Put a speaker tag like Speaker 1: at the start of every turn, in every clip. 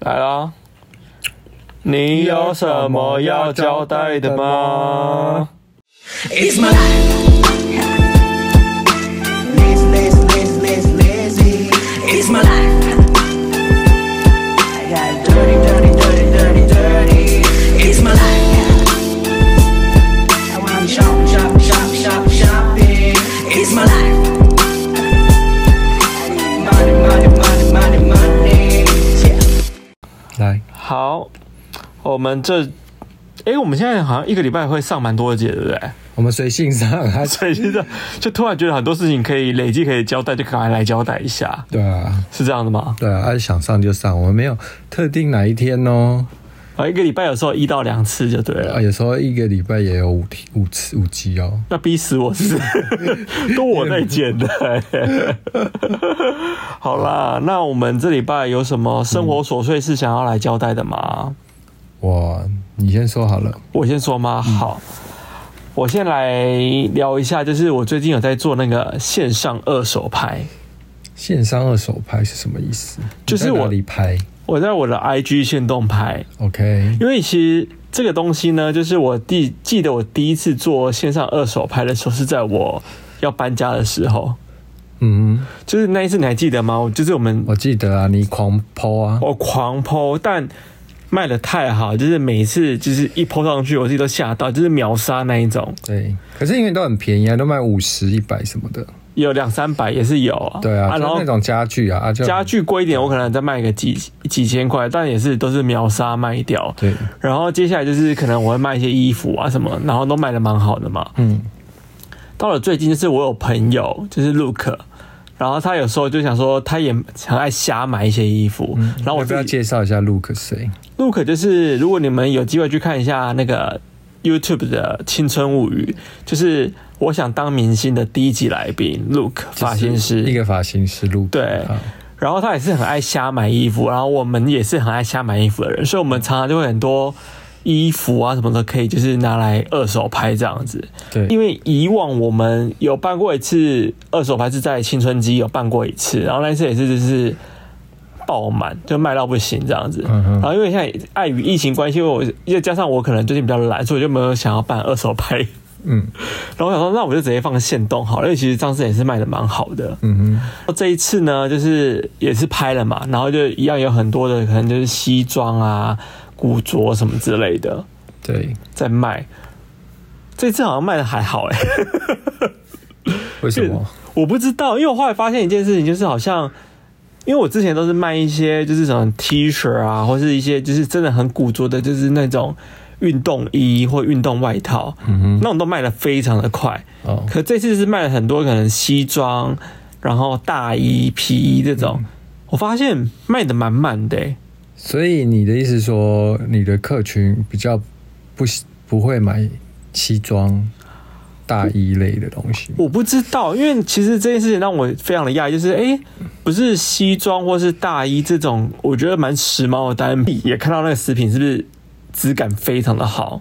Speaker 1: 来啦！你有什么要交代的吗？
Speaker 2: It's my life. Lazy, lazy, lazy, lazy, lazy. It's my life. I got dirty, dirty, dirty, dirty, dirty. It's my life. I wanna shop, shop, shop, shop, shopping. It's my life. I need money, money, money, money, money. Yeah.
Speaker 3: 来，
Speaker 1: 好，我们这，哎、我们现在好像一个礼拜会上蛮多的节，对不 对？
Speaker 3: 我们随性上，啊还
Speaker 1: 所以现在就突然觉得很多事情可以累积，可以交代，就赶快来交代一下，
Speaker 3: 对啊，
Speaker 1: 是这样的吗？
Speaker 3: 对啊，啊想上就上，我们没有特定哪一天哦。
Speaker 1: 啊，一个礼拜有时候一到两次就对了。
Speaker 3: 啊，有时候一个礼拜也有五题五次五集哦。
Speaker 1: 那逼死我 是不是都我在剪的、欸。 好啦，那我们这礼拜有什么生活琐碎事想要来交代的吗？
Speaker 3: 哇，你先说好了。
Speaker 1: 我先说吗？
Speaker 3: 嗯
Speaker 1: 好，我先来聊一下，就是我最近有在做那个线上二手拍，
Speaker 3: 线上二手拍是什么意思？
Speaker 1: 就是
Speaker 3: 你在哪
Speaker 1: 我
Speaker 3: 里拍
Speaker 1: 我在我的 IG 线动拍，
Speaker 3: ，OK，
Speaker 1: 因为其实这个东西呢，就是我第记得我第一次做线上二手拍的时候是在我要搬家的时候，
Speaker 3: 嗯，
Speaker 1: 就是那一次你还记得吗？我就是我们
Speaker 3: 我记得啊，你狂抛啊，
Speaker 1: 我狂剖，但卖的太好，就是每一次就是一剖上去，我自己都吓到，就是秒杀那一种，
Speaker 3: 对，可是因为都很便宜啊，都卖五十、一百什么的，
Speaker 1: 也有两三百也是有啊。
Speaker 3: 对啊，就
Speaker 1: 然
Speaker 3: 是
Speaker 1: 后
Speaker 3: 那种家具啊，啊就
Speaker 1: 家具贵一点，我可能再卖个几几千块，但也是都是秒杀卖掉。
Speaker 3: 对，
Speaker 1: 然后接下来就是可能我会卖一些衣服啊什么，然后都卖的蛮好的嘛。
Speaker 3: 嗯，
Speaker 1: 到了最近，就是我有朋友就是 Look，然后他有时候就想说，他也很爱瞎买一些衣服。然后我
Speaker 3: 嗯要不要
Speaker 1: 自己
Speaker 3: 介绍一下 Look 谁？
Speaker 1: Look 就是，如果你们有机会去看一下那个 YouTube 的《青春物语》，就是我想当明星的第一集来宾 Look 发型师。
Speaker 3: 一个发型师 Look，
Speaker 1: 对
Speaker 3: 啊
Speaker 1: 然后他也是很爱瞎买衣服，然后我们也是很爱瞎买衣服的人，所以我们常常就会很多衣服啊什么的可以就是拿来二手拍这样子。
Speaker 3: 对，
Speaker 1: 因为以往我们有办过一次二手牌，是在青春期有办过一次，然后那一次也是就是爆满，就卖到不行这样子。
Speaker 3: 嗯哼
Speaker 1: 然后因为现在碍于疫情关系，因为我又加上我可能最近比较懒，所以我就没有想要办二手拍。
Speaker 3: 嗯
Speaker 1: 然后我想说，那我就直接放现动好了，因为其实上次也是卖的蛮好的。
Speaker 3: 嗯
Speaker 1: 这一次呢，就是也是拍了嘛，然后就一样有很多的可能就是西装啊、古着什么之类的
Speaker 3: 哼，对，
Speaker 1: 在卖。这次好像卖的还好哎、
Speaker 3: 为什么？
Speaker 1: 我不知道，因为我后来发现一件事情，就是好像，因为我之前都是卖一些就是什么 T 恤啊，或是一些就是真的很古着的，就是那种运动衣或运动外套，
Speaker 3: 嗯
Speaker 1: 那种都卖的非常的快。
Speaker 3: 哼，哦，
Speaker 1: 可这次是卖了很多可能西装，然后大衣、皮衣这
Speaker 3: 嗯
Speaker 1: 种，我发现卖的蛮慢的、欸。
Speaker 3: 所以你的意思说，你的客群比较不喜不会买西装、大衣类的东西吗？
Speaker 1: 我不知道，因为其实这件事情让我非常的讶异，就是哎、诶不是西装或是大衣这种，我觉得蛮时髦的单品，也看到那个食品是不是质感非常的好，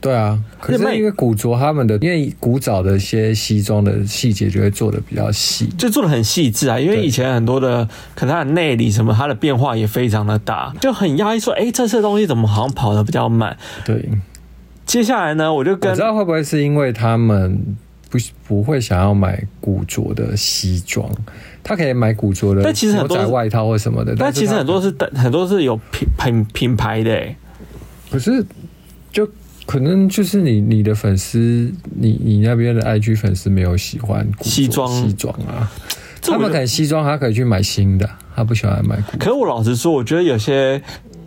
Speaker 3: 对啊，可
Speaker 1: 那卖
Speaker 3: 是因为古着他们的，因为古早的一些西装的细节就会做的比较细，
Speaker 1: 就做的很细致啊。因为
Speaker 3: 对
Speaker 1: 以前很多的可能它的内里什么，它的变化也非常的大，就很压抑说，哎、这次的东西怎么好像跑的比较慢？
Speaker 3: 对，
Speaker 1: 接下来呢，我就
Speaker 3: 哦我
Speaker 1: 跟
Speaker 3: 知道会不会是因为他们不不会想要买古着的西装，他可以买古着的，
Speaker 1: 但其实很多
Speaker 3: 牛仔外套或什么的，
Speaker 1: 但
Speaker 3: 是
Speaker 1: 其实
Speaker 3: 他
Speaker 1: 很多是很多是有品品品牌的、欸，
Speaker 3: 可是就可能就是你你的粉丝，你你那边的 IG 粉丝没有喜欢古着
Speaker 1: 西装
Speaker 3: 西装啊，
Speaker 1: 这
Speaker 3: 他
Speaker 1: 我
Speaker 3: 们
Speaker 1: 就
Speaker 3: 可能西装他可以去买新的，他不喜欢买古
Speaker 1: 可是我老实说，我觉得有些，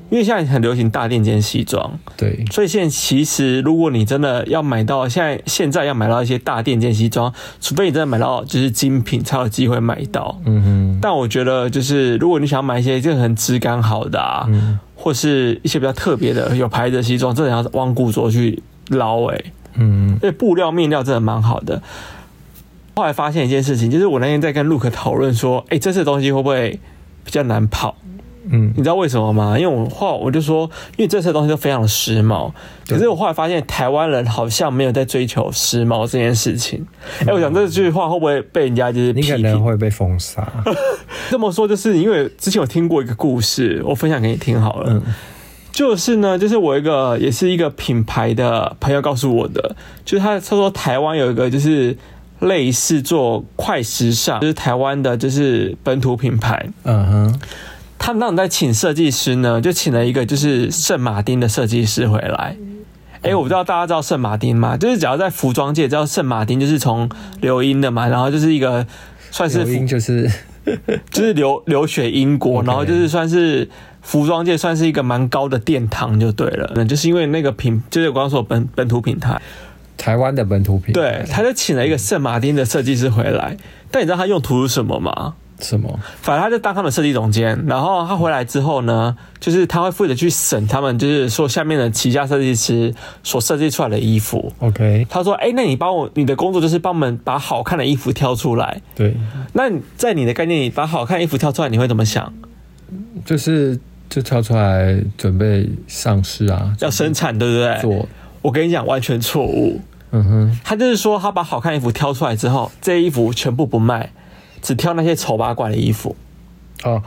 Speaker 1: 因为现在很流行大垫肩西装，
Speaker 3: 对
Speaker 1: 所以现在其实如果你真的要买到现在现在要买到一些大垫肩西装，除非你真的买到就是精品才有机会买到。
Speaker 3: 嗯哼
Speaker 1: 但我觉得就是如果你想买一些这个很质感好的啊，
Speaker 3: 嗯
Speaker 1: 或是一些比较特别的有牌子的西装，真的要往古着去捞诶、欸
Speaker 3: 嗯
Speaker 1: 因为布料面料真的蛮好的。后来发现一件事情，就是我那天在跟陆可讨论说，哎、这次的东西会不会比较难跑？
Speaker 3: 嗯
Speaker 1: 你知道为什么吗？因为我后来我就说，因为这些东西都非常的时髦，可是我后来发现台湾人好像没有在追求时髦这件事情。哎、我讲这句话会不会被人家就是
Speaker 3: 你可
Speaker 1: 批
Speaker 3: 能
Speaker 1: 评？
Speaker 3: 会被封杀。
Speaker 1: 这么说就是因为之前我听过一个故事，我分享给你听好了。
Speaker 3: 嗯
Speaker 1: 就是呢，就是我一个也是一个品牌的朋友告诉我的，就是他他说台湾有一个就是类似做快时尚，就是台湾的就是本土品牌，
Speaker 3: 嗯哼，
Speaker 1: 他们那种在请设计师呢，就请了一个就是圣马丁的设计师回来。哎、我不知道大家知道圣马丁吗？就是只要在服装界知道圣马丁就是从留英的嘛，然后就是一个算是
Speaker 3: 留音就是
Speaker 1: 就是留留学英国，
Speaker 3: OK
Speaker 1: 然后就是算是服装界算是一个蛮高的殿堂就对了。那就是因为那个品，就是我刚刚说的本本土品牌，
Speaker 3: 台湾的本土品牌，
Speaker 1: 对，他就请了一个圣马丁的设计师回来。但你知道他用途是什么吗？
Speaker 3: 什么？
Speaker 1: 反正他就当他们设计总监，然后他回来之后呢，就是他会负责去审他们，就是说下面的旗下设计师所设计出来的衣服。
Speaker 3: OK，
Speaker 1: 他说：“哎、那你帮我，你的工作就是帮我们把好看的衣服挑出来。
Speaker 3: 对，
Speaker 1: 那你在你的概念里，把好看的衣服挑出来，你会怎么想？
Speaker 3: 就是就挑出来准备上市啊，
Speaker 1: 要生产，对不对？
Speaker 3: 做，
Speaker 1: 我跟你讲，完全错误。
Speaker 3: 嗯哼，
Speaker 1: 他就是说，他把好看的衣服挑出来之后，这些衣服全部不卖，只挑那些丑八怪的衣服，
Speaker 3: 哦，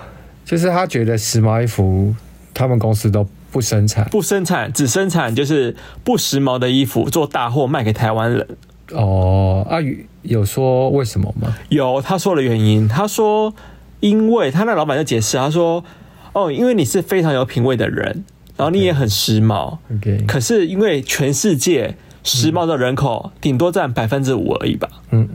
Speaker 3: 就是他觉得时髦衣服他们公司都不生产，
Speaker 1: 不生产，只生产就是不时髦的衣服做大货卖给台湾人。
Speaker 3: 哦，啊，有说为什么吗？
Speaker 1: 有他说的原因，他说，因为他那老板就解释，他说，哦，因为你是非常有品味的人，然后你也很时髦
Speaker 3: OK
Speaker 1: 可是因为全世界时髦的人口顶多占百分之五而已吧，
Speaker 3: 嗯，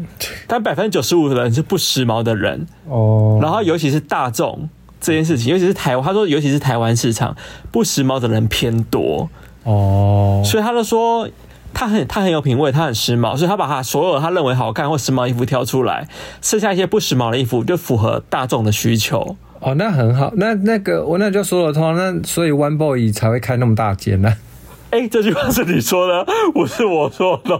Speaker 1: 但百分之九十五的人是不时髦的人，
Speaker 3: 哦，
Speaker 1: 然后尤其是大众这件事情，尤其是台湾，他说尤其是台湾市场不时髦的人偏多，
Speaker 3: 哦，
Speaker 1: 所以他就说他很他很有品味，他很时髦，所以他把他所有他认为好看或时髦的衣服挑出来，剩下一些不时髦的衣服就符合大众的需求。
Speaker 3: 哦，那很好，那那个我那就说得通，那所以 One Boy 才会开那么大间呢、啊
Speaker 1: 哎、这句话是你说的， 不是我说的。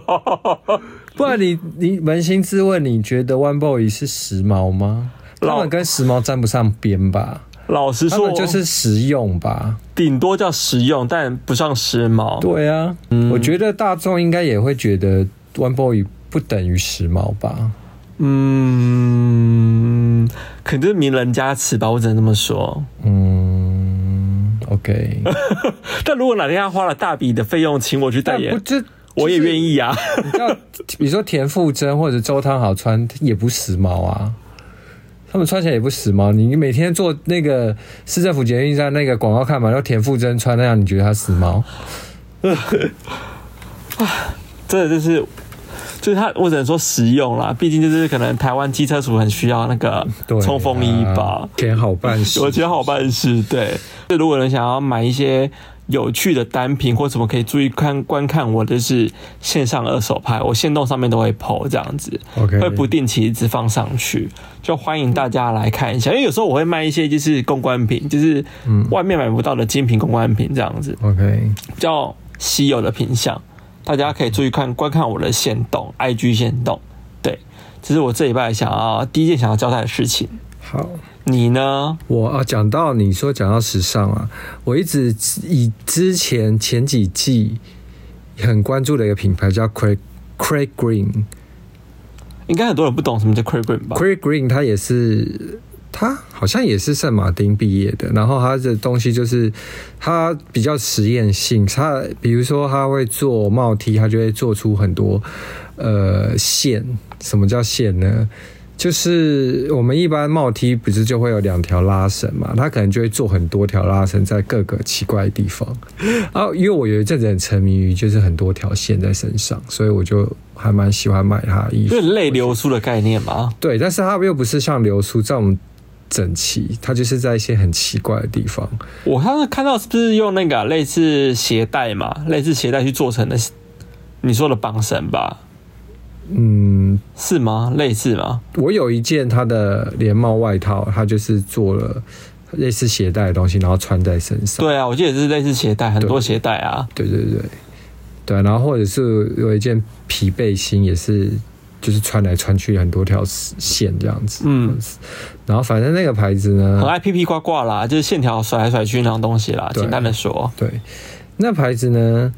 Speaker 3: 不然你你扪心自问，你觉得 One Boy 是时髦吗？
Speaker 1: 老
Speaker 3: 他们跟时髦沾不上边吧？
Speaker 1: 老实
Speaker 3: 他
Speaker 1: 说，
Speaker 3: 们就是实用吧？
Speaker 1: 顶多叫实用，但不上时髦。
Speaker 3: 对啊，
Speaker 1: 嗯
Speaker 3: 我觉得大众应该也会觉得 One Boy 不等于时髦吧？
Speaker 1: 嗯，可能就是名人加持吧，我只能这么说。
Speaker 3: 嗯，OK，
Speaker 1: 但如果哪天他花了大笔的费用请我去代
Speaker 3: 但
Speaker 1: 言
Speaker 3: 不，这
Speaker 1: 我也愿意啊。
Speaker 3: 你知道，比如说田馥甄或者周汤好穿也不时髦啊，他们穿起来也不时髦。你每天做那个市政府捷运站那个广告看板，然后田馥甄穿那样，你觉得她时髦？
Speaker 1: 真的就是，就是他，我只能说实用啦。毕竟就是可能台湾机车族很需要那个
Speaker 3: 对、啊
Speaker 1: 冲锋衣吧，，
Speaker 3: 钱好办事。
Speaker 1: 我觉得好办事。对，就如果人想要买一些有趣的单品或什么，可以注意看观看我的是线上二手拍，我线动上面都会 PO 这样子。
Speaker 3: OK，
Speaker 1: 会不定期一直放上去，就欢迎大家来看一下。因为有时候我会卖一些就是公关品，就是
Speaker 3: 嗯
Speaker 1: 外面买不到的精品公关品这样子，
Speaker 3: OK，
Speaker 1: 比较稀有的品相，大家可以注意看观看我的线动，IG 线动。对，这是我这礼拜想要第一件想要交代的事情。
Speaker 3: 好。
Speaker 1: 你呢？
Speaker 3: 我啊，讲到你说讲到时尚啊，我一直以之前前几季很关注的一个品牌叫 Craig Craig Green，
Speaker 1: 应该很多人不懂什么叫 c r a g r e n 吧
Speaker 3: Craig Green 他也是，他好像也是圣马丁毕业的。然后他的东西就是他比较实验性，他比如说他会做帽 T，他就会做出很多呃线。什么叫线呢？就是我们一般帽 T 不是就会有两条拉绳嘛，他可能就会做很多条拉绳在各个奇怪的地方。 啊，因为我有一阵子很沉迷于就是很多条线在身上，所以我就还蛮喜欢买他的衣服
Speaker 1: 就是。类流苏的概念嘛。
Speaker 3: 对，但是它又不是像流苏这种整齐，它就是在一些很奇怪的地方。
Speaker 1: 我上次看到是不是用那个啊、类似鞋带嘛，类似鞋带去做成的，你说的绑绳吧？
Speaker 3: 嗯，
Speaker 1: 是吗？类似吗？
Speaker 3: 我有一件它的连帽外套，它就是做了类似鞋带的东西，然后穿在身上。
Speaker 1: 对啊，我记得是类似鞋带，很多鞋带啊。
Speaker 3: 啊对对对对，然后或者是有一件皮背心，也是就是穿来穿去很多条线这样子。
Speaker 1: 嗯，
Speaker 3: 然后反正那个牌子呢，
Speaker 1: 很爱屁屁挂挂啦，就是线条甩来甩去那种东西啦。
Speaker 3: 对
Speaker 1: 简单的说，
Speaker 3: 对，那牌子呢，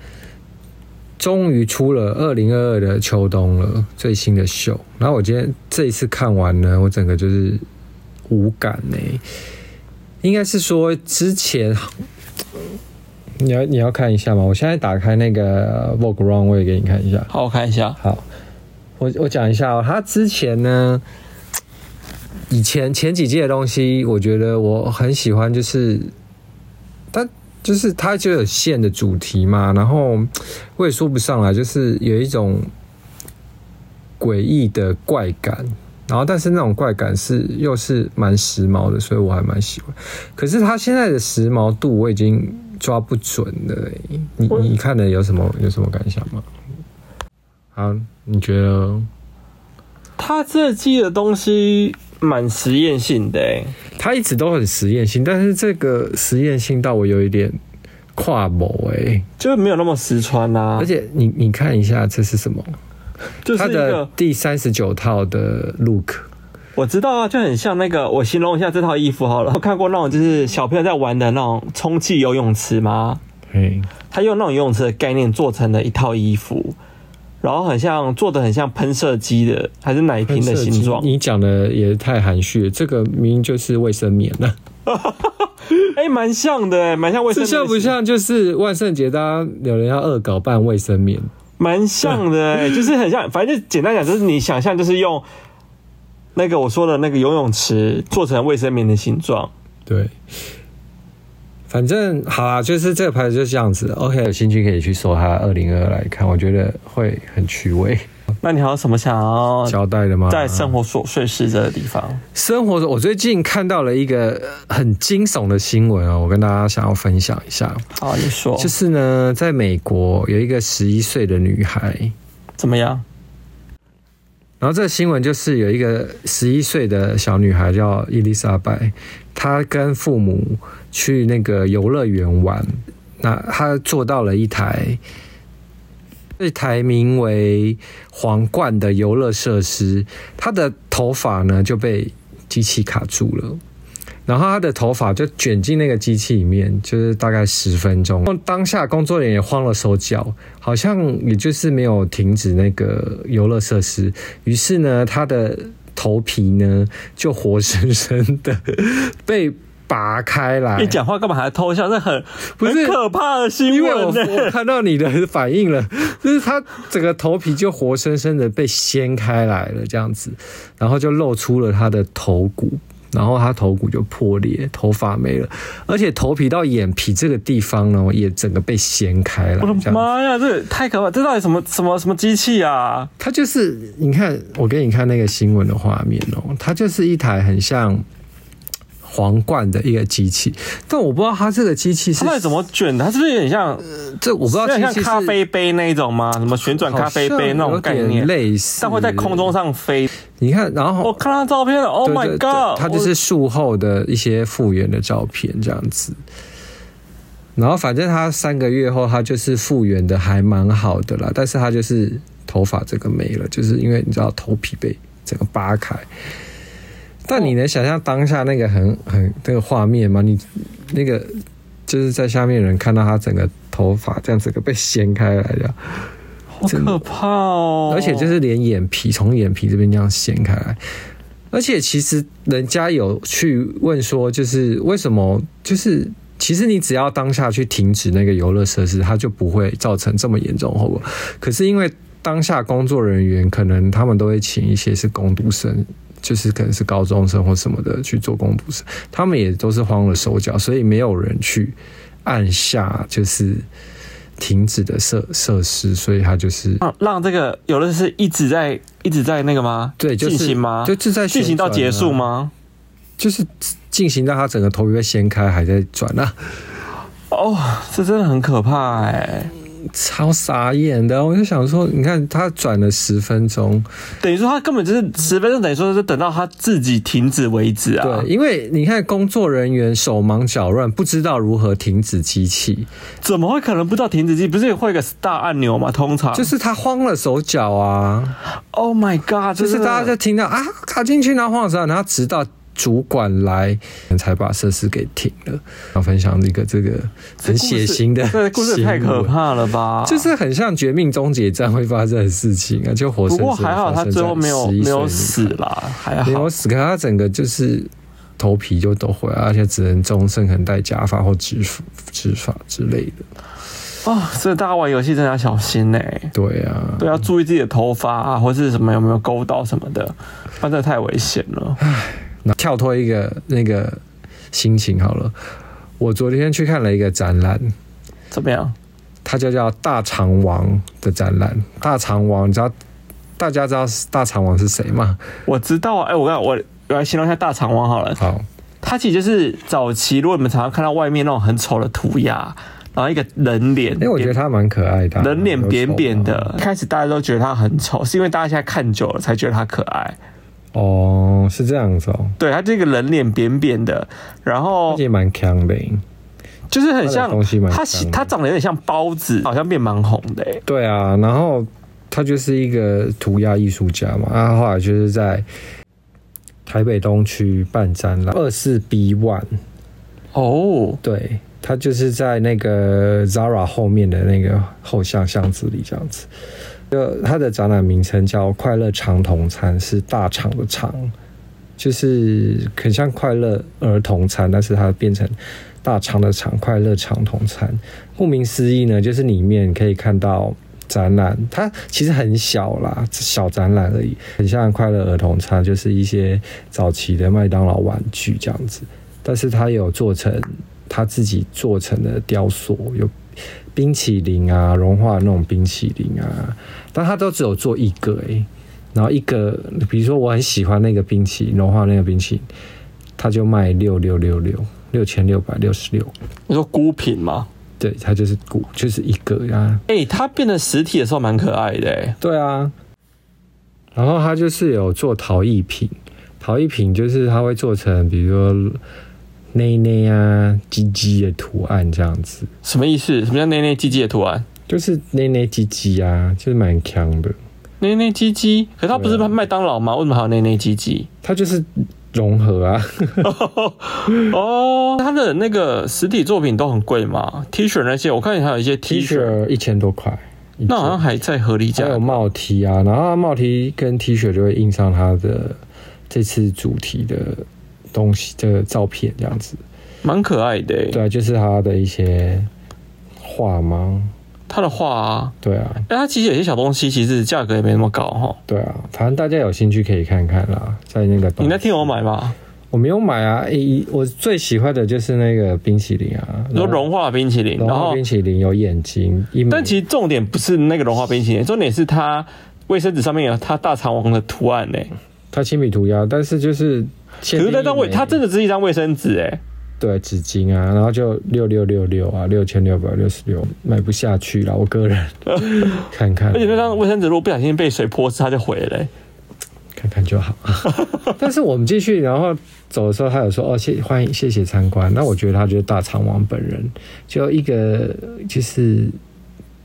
Speaker 3: 终于出了二零二二的秋冬了，最新的秀。然后我今天这一次看完呢，我整个就是无感呢、应该是说之前，你要你要看一下吗？我现在打开那个 Vogue Runway 给你看一下。
Speaker 1: 好，我看一下，
Speaker 3: 好，我我讲一下哦，他之前呢，以前前几届的东西，我觉得我很喜欢，就是它就是它就有线的主题嘛，然后我也说不上来，就是有一种诡异的怪感。然后，但是那种怪感是又是蛮时髦的，所以我还蛮喜欢。可是他现在的时髦度我已经抓不准了欸、你你看了有什么有什么感想吗？好，啊你觉得嗯
Speaker 1: 它这季的东西蛮实验性的、欸，
Speaker 3: 他一直都很实验性，但是这个实验性到我有一点跨某哎、
Speaker 1: 就是没有那么实穿啦、
Speaker 3: 而且你你看一下这是什么？
Speaker 1: 就是
Speaker 3: 它
Speaker 1: 一
Speaker 3: 的
Speaker 1: 个
Speaker 3: 第三十九套的 look，
Speaker 1: 我知道啊，就很像那个，我形容一下这套衣服好了。我看过那种就是小朋友在玩的那种充气游泳池吗？
Speaker 3: 嘿，
Speaker 1: 它用那种游泳池的概念做成了一套衣服，然后很像做的很像喷射机的还是奶瓶的形状。
Speaker 3: 哎你讲的也太含蓄了，这个明明就是卫生棉 了、
Speaker 1: 哎、蛮像的、蛮像卫生
Speaker 3: 这
Speaker 1: 棉。
Speaker 3: 像不？像就是万圣节大家有人要恶搞扮卫生棉？
Speaker 1: 蛮像的、 哎，就是很像。反正就简单讲，就是你想象，就是用那个我说的那个游泳池做成卫生棉的形状。
Speaker 3: 对，反正好啦，就是这个牌子就是这样子。OK，有兴趣可以去搜它二零二来看，我觉得会很趣味。
Speaker 1: 那你还有什么想要
Speaker 3: 交代的吗？
Speaker 1: 啊
Speaker 3: 啊
Speaker 1: 在生活琐碎事这个地方？
Speaker 3: 生活中，我最近看到了一个很惊悚的新闻哦，我跟大家想要分享一下，
Speaker 1: 好，你说，
Speaker 3: 就是呢，在美国有一个十一岁的女孩，
Speaker 1: 怎么样？
Speaker 3: 然后这个新闻就是有一个十一岁的小女孩叫伊丽莎白，她跟父母去那个游乐园玩，那她坐到了一台一台名为皇冠的游乐设施，她的头发呢就被机器卡住了。然后她的头发就卷进那个机器里面，就是大概十分钟。当下工作人员也慌了手脚，好像也就是没有停止那个游乐设施。于是呢，她的头皮呢就活生生的被拔开来。
Speaker 1: 你讲话干嘛还偷笑？这很
Speaker 3: 哎不是
Speaker 1: 很可怕的新
Speaker 3: 因 为我
Speaker 1: 闻呢、
Speaker 3: 我看到你的反应了，就是他整个头皮就活生生的被掀开来了，这样子，然后就露出了他的头骨，然后他头骨就破裂，头发没了，而且头皮到眼皮这个地方呢，也整个被掀开来，
Speaker 1: 我
Speaker 3: 这
Speaker 1: 的
Speaker 3: 样。
Speaker 1: 妈呀，这太可怕！这到底什么什么什么机器啊？
Speaker 3: 它就是你看，我给你看那个新闻的画面哦，它就是一台很像皇冠的一个机器，但我不知道它这个机器是
Speaker 1: 它到底怎么卷的？它是不是有点像，
Speaker 3: 这我不知道
Speaker 1: 有
Speaker 3: 机
Speaker 1: 点像
Speaker 3: 器是
Speaker 1: 咖啡杯那一种吗？什么旋转咖啡杯那种概
Speaker 3: 好像有点
Speaker 1: 念？
Speaker 3: 类似，
Speaker 1: 但会在空中。上飞。
Speaker 3: 你看，然 后
Speaker 1: 我看到照片了，Oh
Speaker 3: 对
Speaker 1: my
Speaker 3: 对对
Speaker 1: god！
Speaker 3: 它就是术后的一些复原的照片这样子。然后反正他三个月后，他就是复原的还蛮好的啦，但是他就是头发这个没了，就是因为你知道头皮被整个扒开。但你能想象当下那个很很那个画面吗？你那个就是在下面的人看到他整个头发这样整个被掀开来的，
Speaker 1: 我好可怕哦！
Speaker 3: 而且就是连眼皮从眼皮这边这样掀开来。而且其实人家有去问说，就是为什么，就是其实你只要当下去停止那个游乐设施，它就不会造成这么严重的后果。可是因为当下工作人员可能他们都会请一些是工读生。就是可能是高中生或什么的去做工读生，他们也都是慌了手脚，所以没有人去按下就是停止的设设施，所以它就是
Speaker 1: 让让这个有的是一直在一直在那个吗？
Speaker 3: 对，就是
Speaker 1: 进行吗？
Speaker 3: 就是在
Speaker 1: 进行到
Speaker 3: 旋转
Speaker 1: 结
Speaker 3: 啊
Speaker 1: 束？吗？
Speaker 3: 就是进行到它整个头皮被掀开，还在转啊。
Speaker 1: 哦，这真的很可怕哎、
Speaker 3: 超傻眼的。我就想说，你看他转了十分钟，
Speaker 1: 等于说他根本就是十分钟，等于说是等到他自己停止为止啊。
Speaker 3: 对，，因为你看工作人员手忙脚乱，不知道如何停止机器，
Speaker 1: 怎么会可能不知道停止机？不是会有个 star 按钮吗？通常
Speaker 3: 就是他慌了手脚啊，
Speaker 1: Oh my God，
Speaker 3: 就是大家就
Speaker 1: 在
Speaker 3: 听到啊卡进去，然后慌了手脚，然后直到。主管来才把设施给停了。要分享一个这个很血腥的
Speaker 1: 这故事
Speaker 3: 新
Speaker 1: 太可
Speaker 3: 闻
Speaker 1: 怕了吧？
Speaker 3: 就是很像《绝命终结战》会发生的事情啊，就活
Speaker 1: 不
Speaker 3: 生生
Speaker 1: 过
Speaker 3: 地
Speaker 1: 还好
Speaker 3: 发
Speaker 1: 他
Speaker 3: 生
Speaker 1: 最后
Speaker 3: 在
Speaker 1: 没有
Speaker 3: 11
Speaker 1: 没有
Speaker 3: 岁
Speaker 1: 死
Speaker 3: 女孩，
Speaker 1: 啦，还
Speaker 3: 没有
Speaker 1: 好。
Speaker 3: 死，可他整个就是头皮就都毁了，而且只能终身可能戴假发或植发植发之类的。
Speaker 1: 哦，所以大家玩游戏真的要小心呢、
Speaker 3: 对啊，
Speaker 1: 对，要注意自己的头发啊，或是什么有没有勾到什么的，那真的太危险了。
Speaker 3: 那跳脱一个那个心情好了，我昨天去看了一个展览。
Speaker 1: 怎么样？
Speaker 3: 它就叫大肠王的展览。大肠王，你知道大家知道大肠王是谁吗？
Speaker 1: 我知道啊，哎、我跟你讲我我来形容一下大肠王好了，
Speaker 3: 好，
Speaker 1: 它其实就是早期，如果你们常常看到外面那种很丑的涂鸦，然后一个人脸，
Speaker 3: 哎、我觉得他蛮可爱的啊、
Speaker 1: 人脸扁扁
Speaker 3: 有丑
Speaker 1: 的，开始大家都觉得他很丑，是因为大家现在看久了才觉得他可爱。
Speaker 3: 吗。哦，是这样子哦，
Speaker 1: 对，他这个人脸扁扁的，然后
Speaker 3: 也蛮强的欸。
Speaker 1: 就是很像
Speaker 3: 他的东西蛮
Speaker 1: 他
Speaker 3: 像的
Speaker 1: 他长得有点像包子，好像变蛮红的、欸。
Speaker 3: 对啊，然后他就是一个涂鸦艺术家嘛，他后来就是在台北东区办展览，二四 B One，
Speaker 1: 哦，
Speaker 3: 对。他就是在那个 Zara 后面的那个后巷巷子里这样子，就他的展览名称叫“快乐长童餐”，是大肠的肠，就是很像快乐儿童餐，但是它变成大肠的肠，快乐长童餐。顾名思义呢，就是里面可以看到展览，它其实很小啦，小展览而已，很像快乐儿童餐，就是一些早期的麦当劳玩具这样子。但是它有做成他自己做成的雕塑，有冰淇淋啊，融化的那种冰淇淋啊，但他都只有做一个诶、然后一个，比如说我很喜欢那个冰淇淋，融化那个冰淇淋，他就卖六六六六六千六百六十六，
Speaker 1: 你说孤品吗？
Speaker 3: 对，它就是股，就是一个啊，
Speaker 1: 哎、他变成实体的时候蛮可爱的、欸。
Speaker 3: 对啊，然后他就是有做陶艺品，陶艺品就是他会做成，比如说内内啊、鸡鸡的图案这样子，
Speaker 1: 什么意思？什么叫内内鸡鸡的图案？
Speaker 3: 就是内内鸡鸡啊，就是蛮强的。
Speaker 1: 内内鸡鸡，可是它不是
Speaker 3: 对啊
Speaker 1: 麦当劳吗？为什么还有内内鸡鸡？
Speaker 3: 它就是融合啊，
Speaker 1: 哦，它的那个实体作品都很贵嘛，T 恤那些，我看还有一些 T 恤，
Speaker 3: 一千多块，一件
Speaker 1: 那好像还在合理价
Speaker 3: 还。有帽 T 啊，然后它帽 T 跟 T 恤就会印上它的这次主题的东西的照片这样子。
Speaker 1: 蛮可爱的、欸，
Speaker 3: 对啊，就是它的一些画吗？
Speaker 1: 他的画啊，
Speaker 3: 对啊，
Speaker 1: 哎，他其实有些小东西，其实价格也没那么高哈。
Speaker 3: 对啊，反正大家有兴趣可以看看啦，在那个
Speaker 1: 你那天有买吗？
Speaker 3: 我没有买啊，诶、我最喜欢的就是那个冰淇淋啊，
Speaker 1: 你说融化冰淇淋，
Speaker 3: 融
Speaker 1: 然
Speaker 3: 化
Speaker 1: 后
Speaker 3: 冰，淇淋有眼睛，一枚
Speaker 1: 但其实重点不是那个融化冰淇淋，重点是它卫生纸上面有它大肠王的图案呢、
Speaker 3: 它亲笔涂鸦，但是就是可
Speaker 1: 可是那张卫，它真的只是一张卫生纸
Speaker 3: 嗯
Speaker 1: 哎、
Speaker 3: 对纸巾啊，然后就六六六六啊，六千六百六十六买不下去了，我个 人看看，
Speaker 1: 而且那张卫生纸如果不小心被水泼湿，它就毁了、欸。
Speaker 3: 看看就好。 但是我们进去，然后走的时候，他有说哦谢欢迎谢谢参观，那我觉得他就是大肠王本人，就一个就是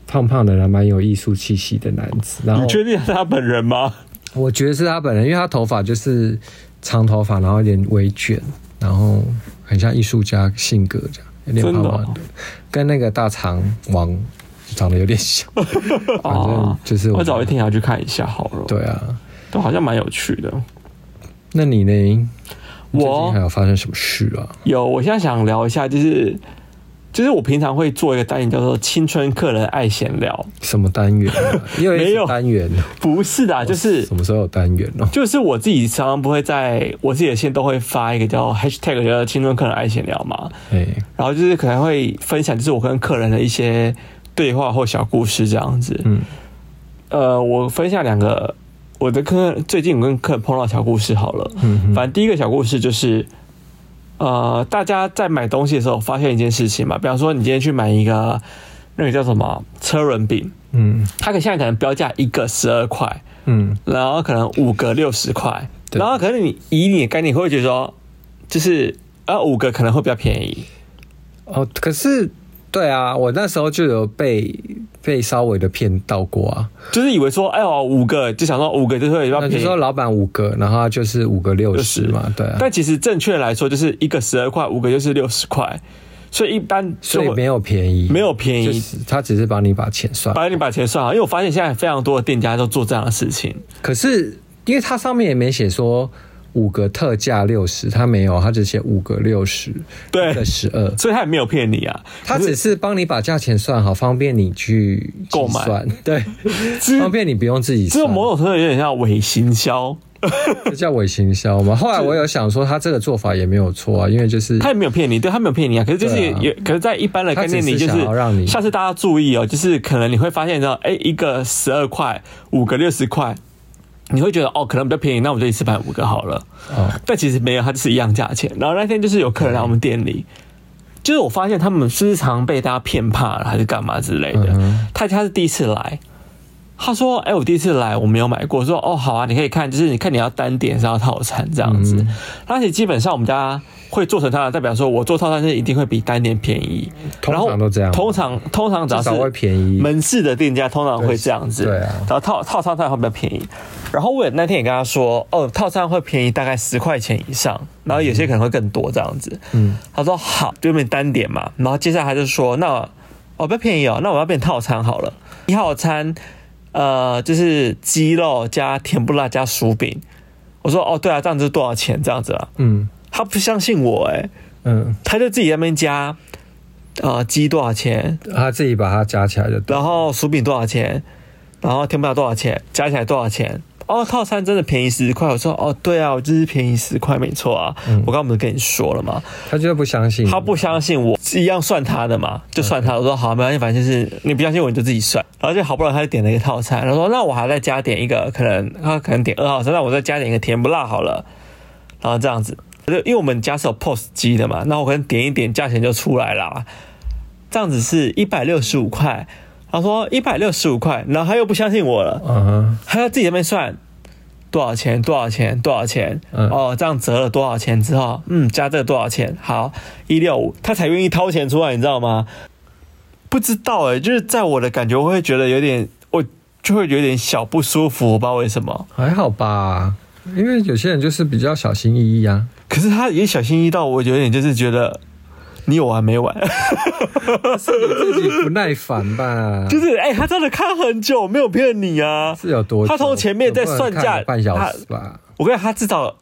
Speaker 3: 胖胖的，然后蛮有艺术气息的男子，然后
Speaker 1: 你确定是他本人吗？
Speaker 3: 我觉得是他本人，因为他头发就是长头发，然后有点微卷，然后很像艺术家性格这样，有点胖胖
Speaker 1: 真的哦
Speaker 3: 的，跟那个大肠王长得有点像。反正
Speaker 1: 哦
Speaker 3: 就是
Speaker 1: 我找一天也要去看一下好了。，
Speaker 3: 对啊，
Speaker 1: 都好像蛮有趣的。
Speaker 3: 那你呢？你最近还
Speaker 1: 我
Speaker 3: 有发生什么事啊？
Speaker 1: 有，我现在想聊一下，就是就是我平常会做一个单元叫做“青春客人爱闲聊
Speaker 3: 什么单 元、啊？又
Speaker 1: 没
Speaker 3: 一
Speaker 1: 有
Speaker 3: 个单元，”，哦
Speaker 1: 不是的啊，就是
Speaker 3: 什么时候有单元哦？
Speaker 1: 就是我自己常常不会在我自己的线都会发一个叫 hashtag 叫“青春客人爱闲聊”嘛，
Speaker 3: 哎，
Speaker 1: 然后就是可能会分享，就是我跟客人的一些对话或小故事这样子。
Speaker 3: 嗯，
Speaker 1: 呃，我分享两个我的客人最近我跟客人碰到的小故事好了。
Speaker 3: 嗯
Speaker 1: 反正第一个小故事就是，呃，大家在买东西的时候发现一件事情嘛，比方说你今天去买一个那个叫什么车轮饼，
Speaker 3: 嗯
Speaker 1: 它可现在可能标价一个十二块，
Speaker 3: 嗯，
Speaker 1: 然后可能五个六十块，
Speaker 3: 对
Speaker 1: 然后可能你以你的概念会觉得说，就是呃五个可能会比较便宜，
Speaker 3: 哦，可是对啊，我那时候就有被被稍微的骗到过啊。
Speaker 1: 就是以为说哎呦五个就想说五个就会比较
Speaker 3: 那
Speaker 1: 便
Speaker 3: 就
Speaker 1: 宜
Speaker 3: 说。老板五个，然后他就是五个六十
Speaker 1: 60
Speaker 3: 嘛，对啊。
Speaker 1: 但其实正确来说，就是一个十二块，五个就是六十块，所以一般就
Speaker 3: 所以
Speaker 1: 会
Speaker 3: 没有便宜，
Speaker 1: 没有便宜
Speaker 3: 就是他只是帮你把钱算。
Speaker 1: 把你把钱算好，因为我发现现在非常多的店家都做这样的事情。
Speaker 3: 可是因为它上面也没写说五个特价六十，他没有，他只写五个六十，
Speaker 1: 对
Speaker 3: 一个十二，
Speaker 1: 所以他也没有骗你啊，
Speaker 3: 他只是帮你把价钱算好，方便你去计
Speaker 1: 购买
Speaker 3: 算， 对，
Speaker 1: 只
Speaker 3: 方便你不用自己
Speaker 1: 这
Speaker 3: 算
Speaker 1: 种。某种程度有点像伪行销，
Speaker 3: 这叫伪行销嘛？后来我有想说，他这个做法也没有错啊，因为就是
Speaker 1: 他也没有骗你，对他没有骗你啊。可是就是
Speaker 3: 对啊
Speaker 1: 也，可是在一般的概念里，就
Speaker 3: 他只是想要让
Speaker 1: 是
Speaker 3: 你
Speaker 1: 下次大家注意哦，就是可能你会发现到，哎，一个十二块，五个六十块，你会觉得哦，可能比较便宜，那我就一次买五个好了。
Speaker 3: 哦，
Speaker 1: 但其实没有，它就是一样价钱。然后那天就是有客人来我们店里，就是我发现他们时常被大家骗怕了，还是干嘛之类的
Speaker 3: 嗯哼。
Speaker 1: 他他是第一次来，他说：“哎、我第一次来，我没有买过。”我说：“哦，好啊，你可以看，就是你看你要单点是要套餐这样
Speaker 3: 嗯
Speaker 1: 子。而且基本上我们家会做成它的，代表说我做套餐是一定会比单点便宜。
Speaker 3: 通
Speaker 1: 然后
Speaker 3: 常都这样
Speaker 1: 通常通常只要
Speaker 3: 至
Speaker 1: 是
Speaker 3: 少会便宜
Speaker 1: 门市的店家通常会这样子，
Speaker 3: 对啊
Speaker 1: 然后套套餐当然会比较便宜。然后我也那天也跟他说，
Speaker 3: 嗯
Speaker 1: 哦，套餐会便宜大概十块钱以上，然后有些可能会更多这样子。嗯，他说好，就变单点嘛。然后接下来他就说，那哦不要便宜哦，那我要变套餐好了。一号餐，呃，就是鸡肉加甜不辣加薯饼。我说哦，对啊，这样子多少钱？这样子啊，
Speaker 3: 嗯
Speaker 1: 他不相信我哎、
Speaker 3: 嗯，
Speaker 1: 他就自己在那边加，呃，鸡多少钱，
Speaker 3: 他自己把它加起来就对
Speaker 1: 然
Speaker 3: 了。
Speaker 1: 后薯饼多少钱，然后甜不辣多少钱，加起来多少钱？哦，套餐真的便宜十块。我说哦，对啊，我就是便宜十块，没错啊。我刚刚不是跟你说了吗？
Speaker 3: 他就是不相信，
Speaker 1: 他不相信我，一样算他的嘛，就算他。我说好，没关系，反正就是你不相信我，你就自己算。然后就好不容易他就点了一个套餐，他说那我还再加点一个，可能他可能点二号餐，那我再加点一个甜不辣好了。然后这样子，就因为我们家是有 POS 机的嘛，那我可能点一点，价钱就出来啦。这样子是一百六十五块，他说一百六十五块，然后他又不相信我了，
Speaker 3: 嗯哼，
Speaker 1: 还要自己在那边算多少钱，多少钱，多少钱，
Speaker 3: 嗯
Speaker 1: 哦，这样折了多少钱之后，嗯，加这个多少钱，好，一六五，他才愿意掏钱出来，你知道吗？不知道哎、就是在我的感觉，我会觉得有点，我就会有点小不舒服，我不知道为什么。
Speaker 3: 还好吧，因为有些人就是比较小心翼 翼啊。
Speaker 1: 可是他也小心翼翼到，我有点就是觉得你有完没完，
Speaker 3: 自己不耐烦吧？
Speaker 1: 就是哎、他真的看很久，没有骗你啊。
Speaker 3: 是有多久？
Speaker 1: 他从前面在算价
Speaker 3: 有不能看半小时吧？
Speaker 1: 我跟你讲，他至少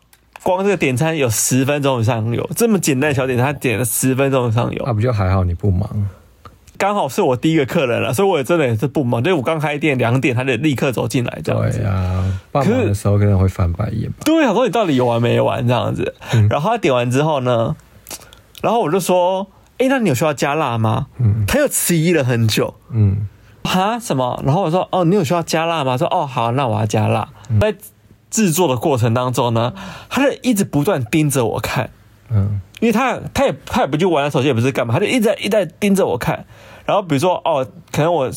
Speaker 1: 光这个点餐有十分钟以上有，这么简单的小点餐，他点了十分钟以上有
Speaker 3: 那、。不就还好你不忙？
Speaker 1: 刚好是我第一个客人了，所以我也真的也是不忙，就是我刚开店两点，他就立刻走进来这样
Speaker 3: 对
Speaker 1: 子。
Speaker 3: 啊，爸忙的时候可能会翻白眼吧。
Speaker 1: 对，我想说你到底有完没完这样子。
Speaker 3: 嗯
Speaker 1: 然后他点完之后呢，然后我就说，哎、那你有需要加辣吗？
Speaker 3: 嗯
Speaker 1: 他又迟疑了很久。
Speaker 3: 嗯
Speaker 1: 哈什么？然后我说哦，你有需要加辣吗？说哦好，那我要加辣。
Speaker 3: 嗯
Speaker 1: 在制作的过程当中呢，他就一直不断盯着我看，
Speaker 3: 嗯
Speaker 1: 因为他他也他也不去玩手机，也不是干嘛，他就一直在一直在盯着我看。然后比如说哦，可能我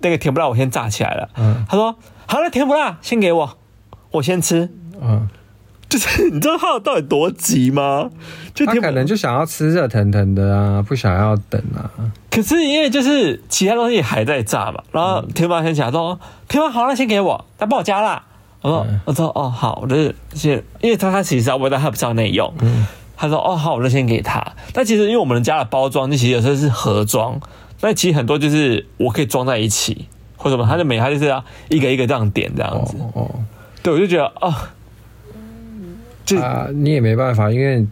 Speaker 1: 那个甜不辣我先炸起来了，
Speaker 3: 嗯
Speaker 1: 他说好那甜不辣先给我，我先吃。
Speaker 3: 嗯，
Speaker 1: 就是 你知道他到底多急吗？就
Speaker 3: 他
Speaker 1: 甜不
Speaker 3: 可能就想要吃热腾腾的啊，不想要等啊。
Speaker 1: 可是因为就是其他东西还在炸嘛，然
Speaker 3: 嗯
Speaker 1: 后天霸先起来说：“哦天霸好，那先给我，再帮我加辣。”我说：“
Speaker 3: 嗯
Speaker 1: 我说哦好，我就是先，因为他他其实要味道，他不知道内用。
Speaker 3: 嗯
Speaker 1: 他说：“哦好，我就先给他。”但其实因为我们家的包装，就其实有时候是盒装，但其实很多就是我可以装在一起或什么，他就每他就是要一个一个这样点这样子。
Speaker 3: 嗯哦哦
Speaker 1: 对，我就觉得哦，就
Speaker 3: 啊，你也没办法，因为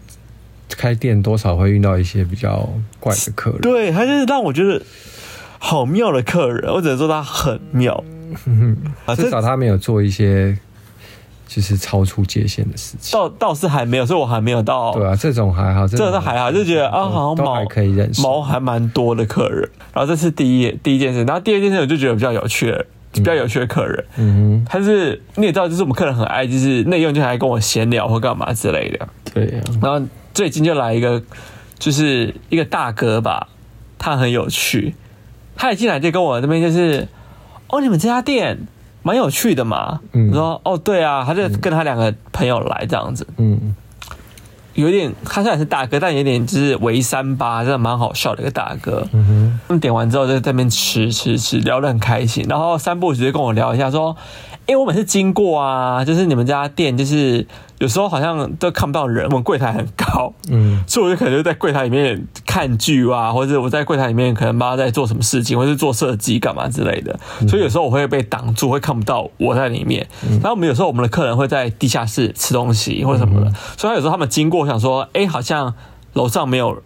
Speaker 3: 开店多少会遇到一些比较怪的客人。
Speaker 1: 对啊他就是让我觉得好妙的客人，我只能说他很 妙。啊，这
Speaker 3: 至少他没有做一些就是超出界限的事情。
Speaker 1: 倒倒是还没有，所以我还没有到。
Speaker 3: 对啊，这种还好，这
Speaker 1: 这
Speaker 3: 种
Speaker 1: 倒还好，就觉得啊，
Speaker 3: 都
Speaker 1: 好像
Speaker 3: 都
Speaker 1: 毛
Speaker 3: 还可以忍受
Speaker 1: 毛还蛮多的客人。然后这是第一第一件事，然后第二件事我就觉得比较有趣了，比较有趣的客人，
Speaker 3: 嗯
Speaker 1: 他是你也知道，就是我们客人很爱，就是内用就还跟我闲聊或干嘛之类的。
Speaker 3: 哼，对啊，
Speaker 1: 然后最近就来一个，就是一个大哥吧，他很有趣，他一进来就跟我那边就是，哦，你们这家店蛮有趣的嘛。
Speaker 3: 嗯
Speaker 1: 我说，哦，对啊，他就跟他两个朋友来这样子，
Speaker 3: 嗯
Speaker 1: 有点他虽然是大哥，但有点就是围三八，真的蛮好笑的一个大哥。
Speaker 3: 嗯哼，
Speaker 1: 他们点完之后就在那边吃吃吃，聊得很开心。然后三步直接跟我聊一下说，诶，我每次经过啊，就是你们家店，就是有时候好像都看不到人，我们柜台很高，
Speaker 3: 嗯
Speaker 1: 所以我就可能就在柜台里面看剧啊，或者我在柜台里面可能妈在做什么事情，或是做设计干嘛之类的，所以有时候我会被挡住，会看不到我在里面。然后我们有时候我们的客人会在地下室吃东西或者什么的，所以有时候他们经过想说，哎、好像楼上没有。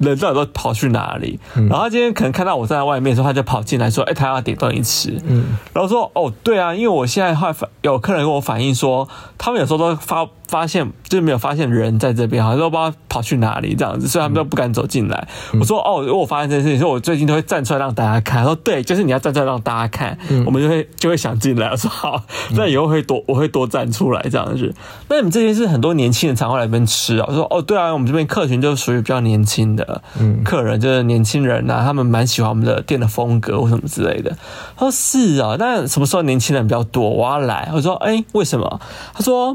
Speaker 1: 人到底都跑去哪里？然后他今天可能看到我站在外面的时候，他就跑进来说：“哎、他要点东西吃。”
Speaker 3: 嗯
Speaker 1: 然后说哦，对啊，因为我现在后来反有客人跟我反映说，他们有时候都发发现就是没有发现人在这边，好像都不知道跑去哪里这样子，所以他们都不敢走进来。我说哦，如果我发现这件事情，所以我最近都会站出来让大家看。他说对，就是你要站出来让大家看，我们就会就会想进来。我说好，那以后会多我会多站出来这样子。那你们这边是很多年轻人常会来这边吃啊？我说哦，对啊，我们这边客群就属于比较年轻的客人，就是年轻人呐、啊，他们蛮喜欢我们的店的风格或什么之类的。他说是啊，那什么时候年轻人比较多？我要来。我说哎、为什么？他说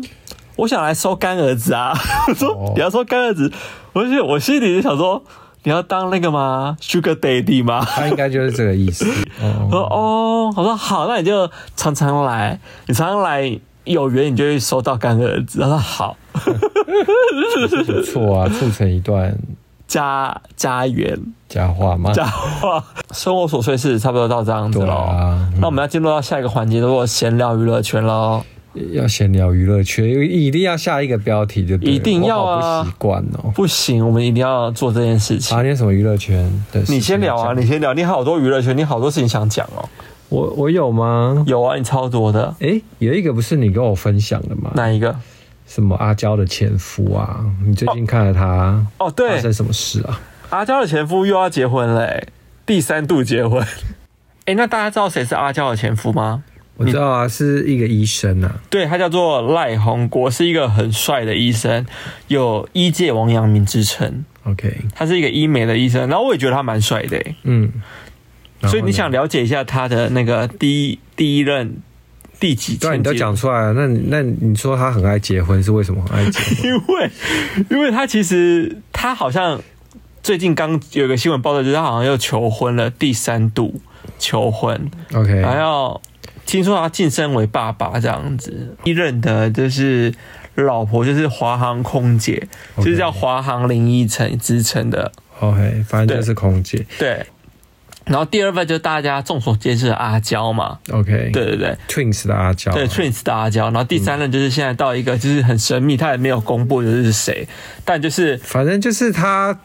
Speaker 1: 我想来收干儿子啊。 我说、
Speaker 3: 哦
Speaker 1: 你要收干儿子，我就我心里就想说。你要当那个吗？Sugar Daddy 吗？
Speaker 3: 他应该就是这个意思。
Speaker 1: 我
Speaker 3: 哦，
Speaker 1: 说哦，我说好，那你就常常来，你常常来有缘，你就会收到干儿子。他说好，
Speaker 3: 不错啊，促成一段
Speaker 1: 家家园
Speaker 3: 佳话嘛。
Speaker 1: 家话，生活琐碎事差不多到这样子
Speaker 3: 啊对
Speaker 1: 喽。
Speaker 3: 啊嗯
Speaker 1: 那我们要进入到下一个环节，叫做闲聊娱乐圈喽。
Speaker 3: 要闲聊娱乐圈，因为一定要下一个标题就对了
Speaker 1: 一定要啊
Speaker 3: 我好不习惯哦。
Speaker 1: 不行，我们一定要做这件事情。
Speaker 3: 啊，你有什么娱乐圈的事情讲？
Speaker 1: 你先聊啊，你先聊，你好多娱乐圈，你好多事情想讲哦。
Speaker 3: 我我有吗？
Speaker 1: 有啊，你超多的，
Speaker 3: 诶，有一个不是你跟我分享的吗？
Speaker 1: 哪一个？
Speaker 3: 什么阿娇的前夫啊？你最近看了他
Speaker 1: 哦，
Speaker 3: 发
Speaker 1: 对，
Speaker 3: 生什么事啊？
Speaker 1: 阿娇的前夫又要结婚嘞、第三度结婚。 哎、那大家知道谁是阿娇的前夫吗？
Speaker 3: 我知道啊，是一个医生啊。
Speaker 1: 对他叫做赖宏国，是一个很帅的医生，有医界王阳明之称。
Speaker 3: OK，
Speaker 1: 他是一个医美的医生，然后我也觉得他蛮帅的欸、
Speaker 3: 嗯，然后呢
Speaker 1: 所以你想，了解一下他的那个第一第一任第几？
Speaker 3: 对啊，
Speaker 1: 千
Speaker 3: 你都
Speaker 1: 几
Speaker 3: 讲出来了，那你那你说他很爱结婚是为什么很 爱结婚？
Speaker 1: 因为因为他其实他好像最近刚有个新闻报道，就是他好像又求婚了，第三度求婚，
Speaker 3: OK，
Speaker 1: 还要听说他晋升为爸爸这样子。一任的就是老婆就是华航空姐，就是叫华航林依晨之称的，
Speaker 3: OK，反正就是空姐。
Speaker 1: 对。然后第二份就是大家众所皆知的阿娇嘛，
Speaker 3: OK，
Speaker 1: 对对对，
Speaker 3: ，Twins 的阿娇，啊
Speaker 1: 对 Twins 的阿娇，然后第三任就是现在到一个就是很神秘，他也没有公布就是谁，但就是
Speaker 3: 反正就是他，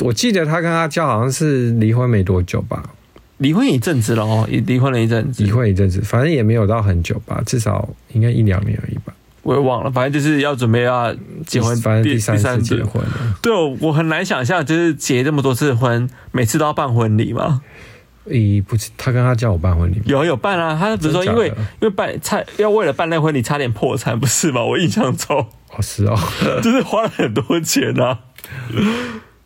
Speaker 3: 我记得他跟阿娇好像是离婚没多久吧，
Speaker 1: 离婚一阵子了哦，也离婚了一阵子
Speaker 3: 离，婚一阵子，反正也没有到很久吧，至少应该一两年而已吧。
Speaker 1: 我也忘了，反正就是要准备要结婚，
Speaker 3: 反正第三次
Speaker 1: 次
Speaker 3: 结。婚了，
Speaker 1: 对，我我很难想象，就是结这么多次婚，每次都要办婚礼嘛。
Speaker 3: 咦，不是他跟他叫我办婚礼吗？
Speaker 1: 有有办啊，他只是说因
Speaker 3: 真假的
Speaker 1: 为因为办差要为了办那婚礼差点破产，不是吗？我印象中
Speaker 3: 哦，是哦，
Speaker 1: 就是花了很多钱啊。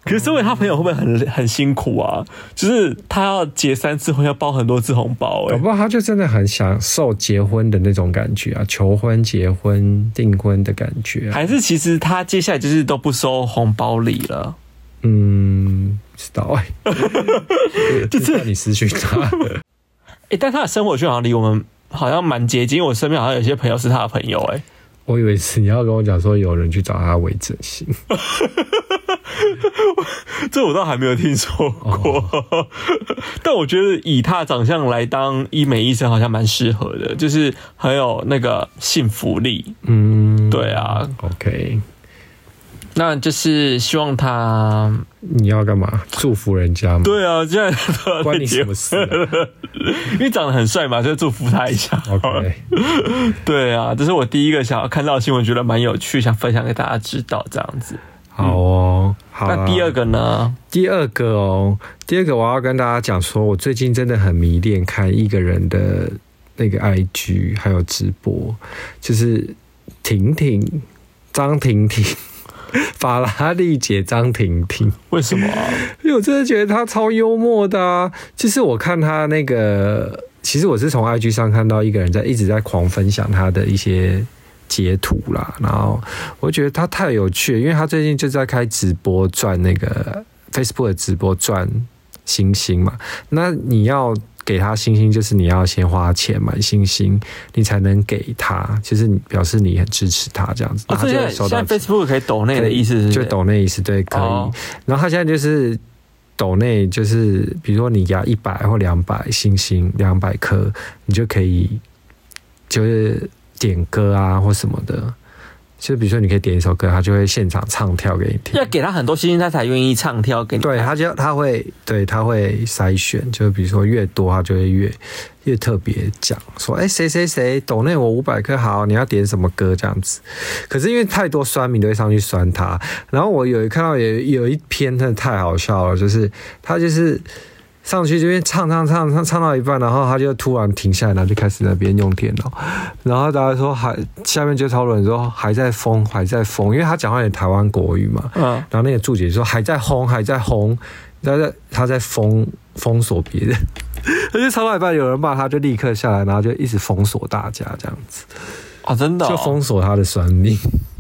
Speaker 1: 可是身为他朋友会不会很很辛苦啊？就是他要结三次婚，要包很多次红包、欸，
Speaker 3: 搞不好他就真的很享受结婚的那种感觉啊，求婚、结婚、订婚的感觉、啊。
Speaker 1: 还是其实他接下来就是都不收红包礼了。
Speaker 3: 嗯，不知道 哎、就是你失去他，
Speaker 1: 诶，欸但他的生活圈好像离我们好像蛮接近，因为我身边好像有些朋友是他的朋友、欸诶，
Speaker 3: 我以为是你要跟我讲说有人去找他为整形。
Speaker 1: 这我倒还没有听说过。
Speaker 3: 哦
Speaker 1: 但我觉得以他的长相来当医美医生，好像蛮适合的，就是很有那个幸福力。
Speaker 3: 嗯，
Speaker 1: 对啊，
Speaker 3: ，OK，
Speaker 1: 那就是希望他，
Speaker 3: 你要干嘛？祝福人家吗？，
Speaker 1: 对啊，现在都要
Speaker 3: 关
Speaker 1: 在
Speaker 3: 你
Speaker 1: 结
Speaker 3: 什
Speaker 1: 婚
Speaker 3: 么，事、啊、
Speaker 1: 因为长得很帅嘛，就祝福他一下。
Speaker 3: ？OK，
Speaker 1: 对啊，这是我第一个想要看到的新闻，觉得蛮有趣，想分享给大家知道这样子。
Speaker 3: 好哦，好啊、
Speaker 1: 啊那第二个呢？
Speaker 3: 第二个哦，第二个我要跟大家讲说，我最近真的很迷恋看一个人的那个 IG 还有直播，就是婷婷张婷婷，法拉利姐张婷婷，
Speaker 1: 为什么啊？
Speaker 3: 因为我真的觉得她超幽默的啊。其实我看她那个，其实我是从 IG 上看到一个人在一直在狂分享她的一些截图啦，然后我觉得她太有趣了，因为她最近就在开直播赚那个 Facebook 的直播赚星星嘛。那你要给他星星，就是你要先花钱买星星，你才能给他，就是你表示你很支持他啊这样子。
Speaker 1: 哦，
Speaker 3: 他
Speaker 1: 所以
Speaker 3: 就
Speaker 1: 现在
Speaker 3: 会收
Speaker 1: 现
Speaker 3: 到
Speaker 1: 在 Facebook 可以抖内的意思是不是
Speaker 3: 就抖内意思，对，可以。
Speaker 1: 哦
Speaker 3: 然后他现在就是抖内，就是比如说你压一百或两百星星，两百颗，你就可以就是点歌啊或什么的。就比如说你可以点一首歌，他就会现场唱跳给你听。
Speaker 1: 要给他很多星星，他才愿意唱跳给你。
Speaker 3: 对，他就他会对他会筛选，就比如说越多，他就会越越特别讲说，哎、谁谁谁抖内我五百颗，好，你要点什么歌这样子。可是因为太多酸民都会上去酸他，然后我有看到也有一篇真的太好笑了，就是他就是。上去这边唱唱唱唱唱到一半，然后他就突然停下来，然后就开始那边用电脑，然后大家说还下面就讨论说还在疯还在疯，因为他讲话也台湾国语嘛，
Speaker 1: 嗯，
Speaker 3: 然后那个注解说还在轰，还在轰，他在他在封封锁别人， 而且超到一半有人骂他，就立刻下来，然后就一直封锁大家这样子，
Speaker 1: 哦，真的、哦，
Speaker 3: 就封锁他的酸民。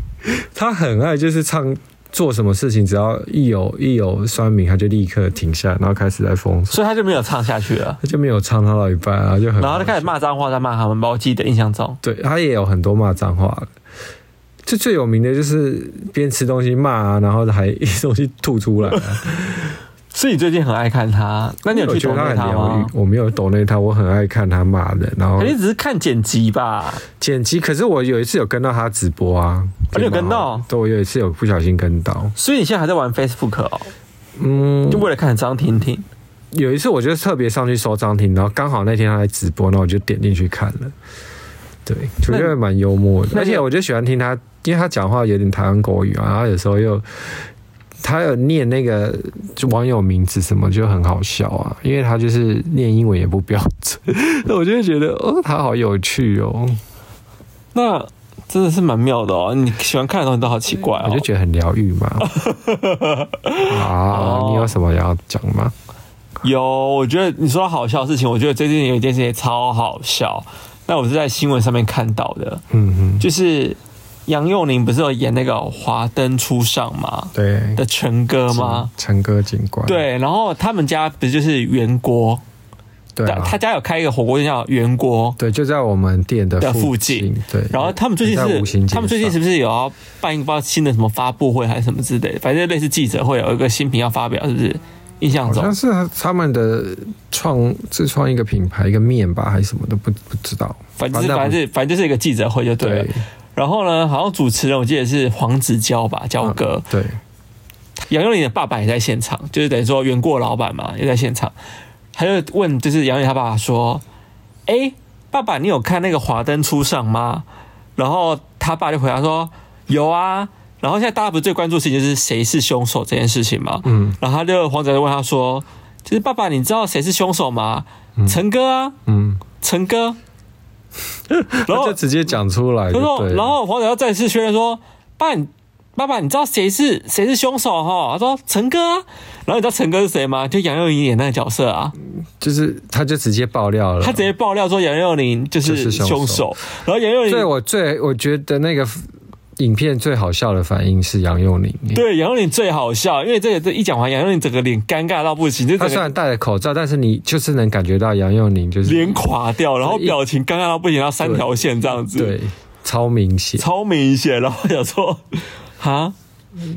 Speaker 3: 他很爱就是唱做什么事情，只要一有一有酸民，他就立刻停下来，然后开始在封锁，
Speaker 1: 所以他就没有唱下去了。
Speaker 3: 他就没有唱到一半啊，就很
Speaker 1: 然后他开始骂脏话，在骂他们吧。我记得印象中，
Speaker 3: 对他也有很多骂脏话的。就最有名的就是边吃东西骂、啊，然后还一东西吐出来、啊。
Speaker 1: 所以你最近很爱看他，那你有
Speaker 3: 我
Speaker 1: 去
Speaker 3: 觉
Speaker 1: 抖
Speaker 3: 得
Speaker 1: 内
Speaker 3: 很疗
Speaker 1: 吗
Speaker 3: 愈？，我没有抖内他，我很爱看他骂人，然后
Speaker 1: 肯定只是看剪辑吧。
Speaker 3: 剪辑。可是我有一次有跟到他直播啊，
Speaker 1: 哦你有
Speaker 3: 对吗
Speaker 1: 跟到
Speaker 3: 对，我有一次有不小心跟到。
Speaker 1: 所以你现在还在玩 Facebook 哦，
Speaker 3: 嗯
Speaker 1: 就，为了看张婷婷。
Speaker 3: 有一次我就特别上去搜张婷，然后刚好那天他在直播，那我就点进去看了。对，我
Speaker 1: 那
Speaker 3: 觉得蛮幽默的，
Speaker 1: 那
Speaker 3: 而
Speaker 1: 你
Speaker 3: 且我就喜欢听他，因为他讲话有点台湾国语啊，然后有时候又他有念那个就网友名字什么，就很好笑啊，因为他就是念英文也不标准， 那我就会觉得哦，他好有趣哦，
Speaker 1: 那真的是蛮妙的哦。你喜欢看的东西都好奇怪哦
Speaker 3: 我就。觉得很疗愈嘛。哦啊，你有什么要讲吗？
Speaker 1: 有，我觉得你说到好笑的事情，我觉得最近有一件事情超好笑。那我是在新闻上面看到的，
Speaker 3: 嗯嗯，
Speaker 1: 就是杨佑宁不是有演那个《华灯初上》吗？
Speaker 3: 对，
Speaker 1: 的陈哥吗？
Speaker 3: 陈哥警官，
Speaker 1: 对，然后他们家不是就是圆锅，
Speaker 3: 对啊，
Speaker 1: 他家有开一个火锅店叫圆锅，
Speaker 3: 对，就在我们店的
Speaker 1: 的附
Speaker 3: 近
Speaker 1: 近。
Speaker 3: 对，
Speaker 1: 然后他们最近
Speaker 3: 在五
Speaker 1: 是
Speaker 3: 行，街
Speaker 1: 他们最近是
Speaker 3: 上
Speaker 1: 不是有要办一个不知道新的什么发布会还是什么之类的，反正类似记者会有一个新品要发表，是不是？印象
Speaker 3: 好
Speaker 1: 中
Speaker 3: 像是他们的创自创一个品牌，一个面吧，还是什么的，不不知道。
Speaker 1: 反正
Speaker 3: 反正
Speaker 1: 反正反正就是一个记者会就对了。
Speaker 3: 对
Speaker 1: 然后呢，好像主持人我记得是黄子佼吧，佼哥。
Speaker 3: 啊对，
Speaker 1: 杨佑宁的爸爸也在现场，就是等于说原过老板嘛，也在现场。他就问，就是杨佑宁他爸爸说：“哎、爸爸，你有看那个《华灯初上》吗？”然后他爸就回答说：“有啊。”然后现在大家不是最关注的事情就是谁是凶手这件事情嘛？
Speaker 3: 嗯
Speaker 1: 然后他就黄仔就问他说：“就是爸爸，你知道谁是凶手吗？”陈哥啊，
Speaker 3: 嗯，
Speaker 1: 陈哥。然
Speaker 3: 他
Speaker 1: 后
Speaker 3: 就直接讲出来就
Speaker 1: 他说，
Speaker 3: 对了，
Speaker 1: 然后黄子要再次确认说，爸，你爸爸，你知道谁是谁是凶手哈？他说陈哥、啊，然后你知道陈哥是谁吗？就杨佑宁演那个角色啊，
Speaker 3: 就是他就直接爆料了。
Speaker 1: 他直接爆料说杨佑宁就
Speaker 3: 就是
Speaker 1: 是
Speaker 3: 凶手
Speaker 1: 凶手，然后杨佑
Speaker 3: 对
Speaker 1: 宁
Speaker 3: 我最我觉得那个影片最好笑的反应是杨佑宁，
Speaker 1: 对杨佑宁最好笑，因为这个这一讲完，杨佑宁整个脸尴尬到不行，就
Speaker 3: 他
Speaker 1: 整
Speaker 3: 虽
Speaker 1: 个
Speaker 3: 然戴了口罩，但是你就是能感觉到杨佑宁就是
Speaker 1: 脸垮掉，然后表情尴尬到不行，然后三条线这样子，
Speaker 3: 对超明显。
Speaker 1: 超明显，然后想说，哈，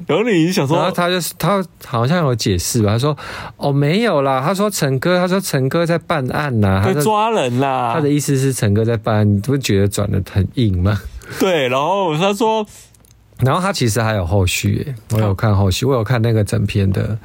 Speaker 1: 杨佑宁想
Speaker 3: 然后
Speaker 1: 说。
Speaker 3: 他就是他好像有解释吧，他说哦没有啦，他说陈哥，他说陈哥在办案呐、他
Speaker 1: 在
Speaker 3: 说
Speaker 1: 抓人啦！
Speaker 3: 他的意思是陈哥在办案，你不觉得转的很硬吗？
Speaker 1: 对，然后他说
Speaker 3: 然后他其实还有后续耶，我有看后续，我有看那个整篇的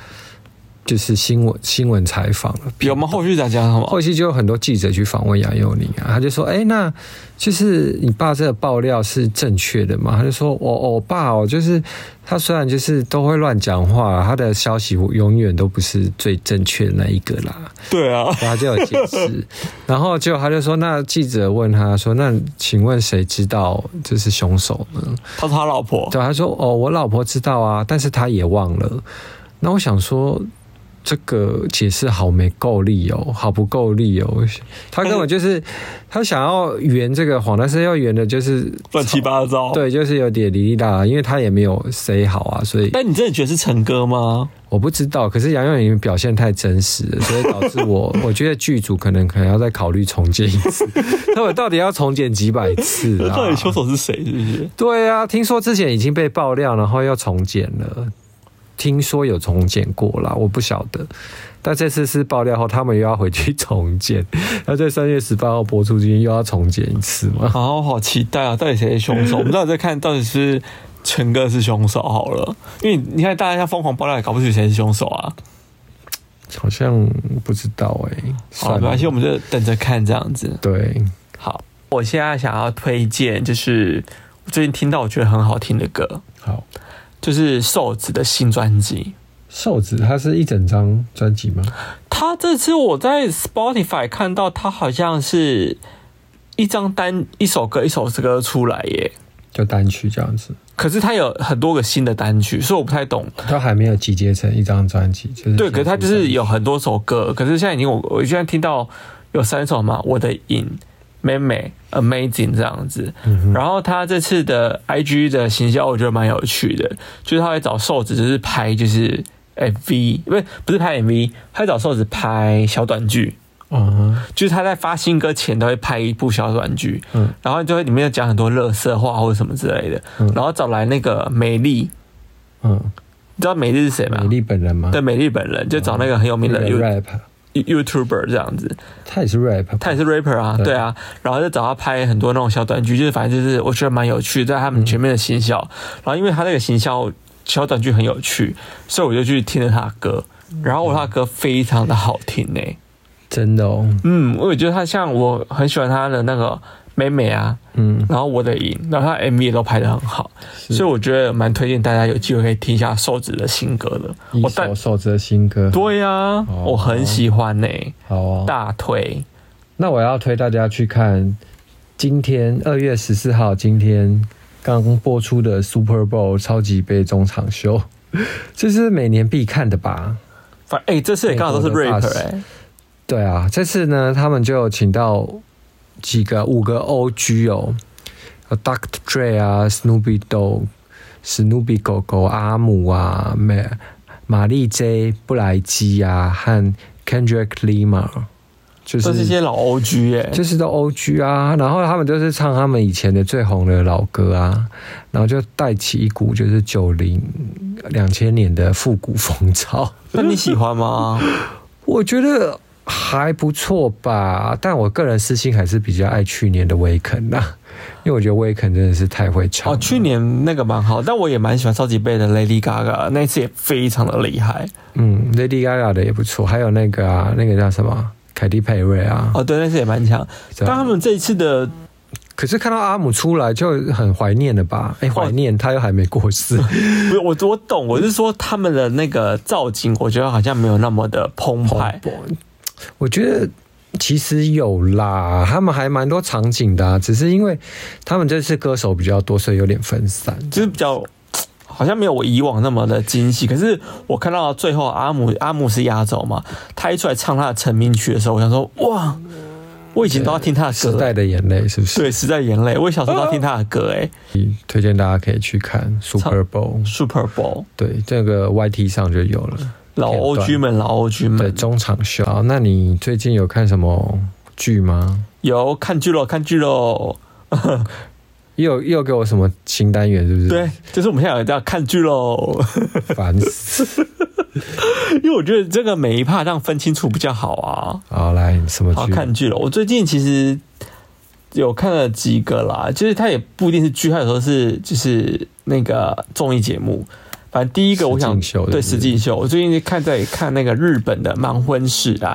Speaker 3: 就是新闻新闻采访了。
Speaker 1: 有吗？后续再讲好吗？
Speaker 3: 后期就有很多记者去访问杨佑宁啊，他就说：“哎、那就是你爸这个爆料是正确的吗？”他就说：“我、我爸哦，就是他虽然就是都会乱讲话，啊他的消息永远都不是最正确的那一个啦。”
Speaker 1: 对啊，
Speaker 3: 然后他就有解释，然后结果他就说：“那记者问他说，那请问谁知道这是凶手呢？”
Speaker 1: 他是他老婆，
Speaker 3: 对，他说：“哦，我老婆知道啊，但是她也忘了。”那我想说，这个解释好没够力哦，好不够力哦。他根本就是他想要圆这个谎，但是要圆的就是
Speaker 1: 乱七八糟。，
Speaker 3: 对，就是有点哩哩啦啦，因为他也没有 say 好啊，所以
Speaker 1: 但哎你真的觉得是陈哥吗？
Speaker 3: 我不知道。可是杨佑宁表现太真实了，所以导致我我觉得剧组可能可能要再考虑重建一次， 他们到底要重建几百次 啊？
Speaker 1: 到底凶手是谁？是不是？
Speaker 3: 对啊，听说之前已经被爆料，然后要重检了。听说有重检过啦，我不晓得。但这次是爆料后，他们又要回去重检， 要在三月十八号播出之前又要重检一次嘛？
Speaker 1: 啊，我好期待啊！到底谁是 凶手？我们到底在看到底是陈哥是凶手好了，因为你看大家疯狂爆料，也搞不清谁是凶手啊。
Speaker 3: 好像不知道哎、
Speaker 1: 好，
Speaker 3: 算
Speaker 1: 没
Speaker 3: 了
Speaker 1: 关，系，我们就等着看这样子。
Speaker 3: 对，
Speaker 1: 好，我现在想要推荐就是我最近听到我觉得很好听的歌，
Speaker 3: 好。
Speaker 1: 就是瘦子的新专辑。
Speaker 3: 瘦子他是一整张专辑吗？
Speaker 1: 他这次我在 Spotify 看到他好像是一张单一首歌一首歌出来耶，
Speaker 3: 就单曲这样子，
Speaker 1: 可是他有很多个新的单曲，所以我不太懂。
Speaker 3: 他还没有集结成一张专辑，就是
Speaker 1: 对，可是他就
Speaker 3: 先出
Speaker 1: 是
Speaker 3: 专辑
Speaker 1: 有很多首歌，可是现在已经我我现在听到有三首嘛，我的瘾、美美、Amazing 这样子。然后他这次的 IG 的行销我觉得蛮有趣的，就是他会找瘦子就是拍就是 MV，不是不是拍 MV，他会找瘦子拍小短剧。
Speaker 3: 嗯哼
Speaker 1: 就是他在发新歌前都会拍一部小短剧，
Speaker 3: 嗯
Speaker 1: 然后就会里面讲很多乐色话或者什么之类的，然后找来那个美丽，
Speaker 3: 嗯，
Speaker 1: 你知道美丽是谁吗？
Speaker 3: 美丽本人吗？
Speaker 1: 对，美丽本人就啊找那个很有名
Speaker 3: 那
Speaker 1: 的
Speaker 3: 个
Speaker 1: You
Speaker 3: rap，
Speaker 1: You- YouTuber 这样子，
Speaker 3: 他也是 rap，
Speaker 1: 他也是 rapper 啊，
Speaker 3: 对
Speaker 1: 对啊，然后就找他拍很多那种小短剧，就是反正就是我觉得蛮有趣，在他们前面的行销，然后因为他那个行销小短剧很有趣，所以我就去听了他的歌，然后我他的歌非常的好听呢、
Speaker 3: 真的哦，
Speaker 1: 嗯，我也觉得他像我很喜欢他的那个美美啊，
Speaker 3: 嗯，
Speaker 1: 然后我的赢，然后他 MV 也都拍得很好，所以我觉得蛮推荐大家有机会可以听一下瘦子的新歌的。
Speaker 3: 一
Speaker 1: 我但
Speaker 3: 首瘦子的新歌，
Speaker 1: 对呀、
Speaker 3: 哦
Speaker 1: 我很喜欢呢、
Speaker 3: 好哦。
Speaker 1: 大推
Speaker 3: 那我要推大家去看今天二月十四号，今天刚播出的 Super Bowl 超级杯中场秀， 这是每年必看的吧？
Speaker 1: 反哎、这次也刚好都是
Speaker 3: 美国的
Speaker 1: rapper
Speaker 3: Nas
Speaker 1: 哎、
Speaker 3: 对啊，这次呢，他们就有请到几个五个 OG 哦呃，Dr. Dre 啊，Snoopy Dog、Snoopy 狗狗、阿姆啊、美玛丽 J、布莱基啊和 Kendrick Lamar，就是
Speaker 1: 都是一些老 OG 哎、
Speaker 3: 就是都 O G 啊，然后他们就是唱他们以前的最红的老歌啊，然后就带起一股就是九零两千年的复古风潮，
Speaker 1: 那你喜欢 吗？
Speaker 3: 我觉得还不错吧，但我个人私心还是比较爱去年的威肯呐、因为我觉得威肯真的是太会唱
Speaker 1: 哦，
Speaker 3: 了。
Speaker 1: 去年那个蛮好，但我也蛮喜欢超级杯的 Lady Gaga，那一次也非常的厉害
Speaker 3: 嗯，Lady Gaga 的也不错，还有那个啊，那个叫什么凯蒂佩瑞啊，
Speaker 1: 哦，对，那次也蛮强。啊
Speaker 3: 这
Speaker 1: 但他
Speaker 3: 样
Speaker 1: 们这一次的
Speaker 3: 可是看到阿姆出来就很怀念了
Speaker 1: 哦
Speaker 3: 吧？哎、怀念他又还没过世。
Speaker 1: 不是我我懂，我是说他们的那个造景，我觉得好像没有那么的澎湃。
Speaker 3: 我觉得其实有啦，他们还蛮多场景的、啊，只是因为他们这次歌手比较多，所以有点分散。
Speaker 1: 就是比较好像没有我以往那么的精细。可是我看到最后阿姆阿姆是压轴嘛，他一出来唱他的成名曲的时候，我想说哇，我以前都要听他的
Speaker 3: 时
Speaker 1: 歌，
Speaker 3: 代的眼泪是不是？
Speaker 1: 对，时代眼泪，我小时候都要听他的歌、哎诶
Speaker 3: 哦推荐大家可以去看 Super Bowl，
Speaker 1: s u p e r Bowl
Speaker 3: 对，这个 YT 上就有了。
Speaker 1: 老
Speaker 3: 片段
Speaker 1: OG 们，老 OG
Speaker 3: 对，
Speaker 1: 们
Speaker 3: 中场秀。好那你最近有看什么剧吗？
Speaker 1: 有看剧喽，看剧喽，
Speaker 3: 又又给我什么新单元是不是？
Speaker 1: 对，，就是我们现在有叫看剧喽，
Speaker 3: 烦死。
Speaker 1: 因为我觉得这个每一趴这样分清楚比较好啊。
Speaker 3: 好，来什么
Speaker 1: 好
Speaker 3: 剧？
Speaker 1: 看剧了。我最近其实有看了几个啦，就是它也不一定是剧，它有时候是就是那个综艺节目。反正第一个我想
Speaker 3: 实境秀
Speaker 1: 对
Speaker 3: 是不是
Speaker 1: 实境秀，我最近看在看那个日本的《盲婚试爱》，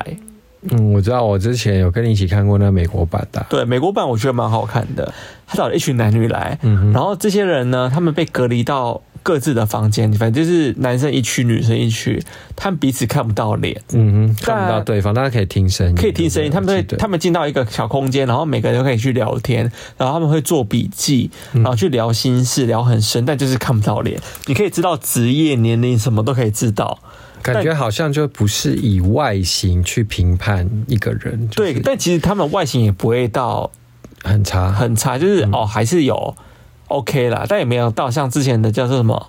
Speaker 3: 嗯，我知道，我之前有跟你一起看过那美国版的啊，
Speaker 1: 对美国版我觉得蛮好看的。他找了一群男女来，
Speaker 3: 嗯哼
Speaker 1: 然后这些人呢，他们被隔离到各自的房间，反正就是男生一区，女生一区，他们彼此看不到脸。
Speaker 3: 嗯哼，看
Speaker 1: 但
Speaker 3: 不到对方，但是可以听声音，
Speaker 1: 可以听声音，他们
Speaker 3: 对
Speaker 1: 会
Speaker 3: 不对
Speaker 1: 他们进到一个小空间，然后每个人都可以去聊天，然后他们会做笔记，然
Speaker 3: 嗯
Speaker 1: 后去聊心事，聊很深，但就是看不到脸。你可以知道职业、年龄，什么都可以知道。
Speaker 3: 感觉好像就不是以外形去评判一个人，就
Speaker 1: 对，
Speaker 3: 是
Speaker 1: 但其实他们外形也不会到
Speaker 3: 很差，
Speaker 1: 很差，就是、
Speaker 3: 嗯
Speaker 1: 哦还是有 OK 啦，但也没有到像之前的叫做什么。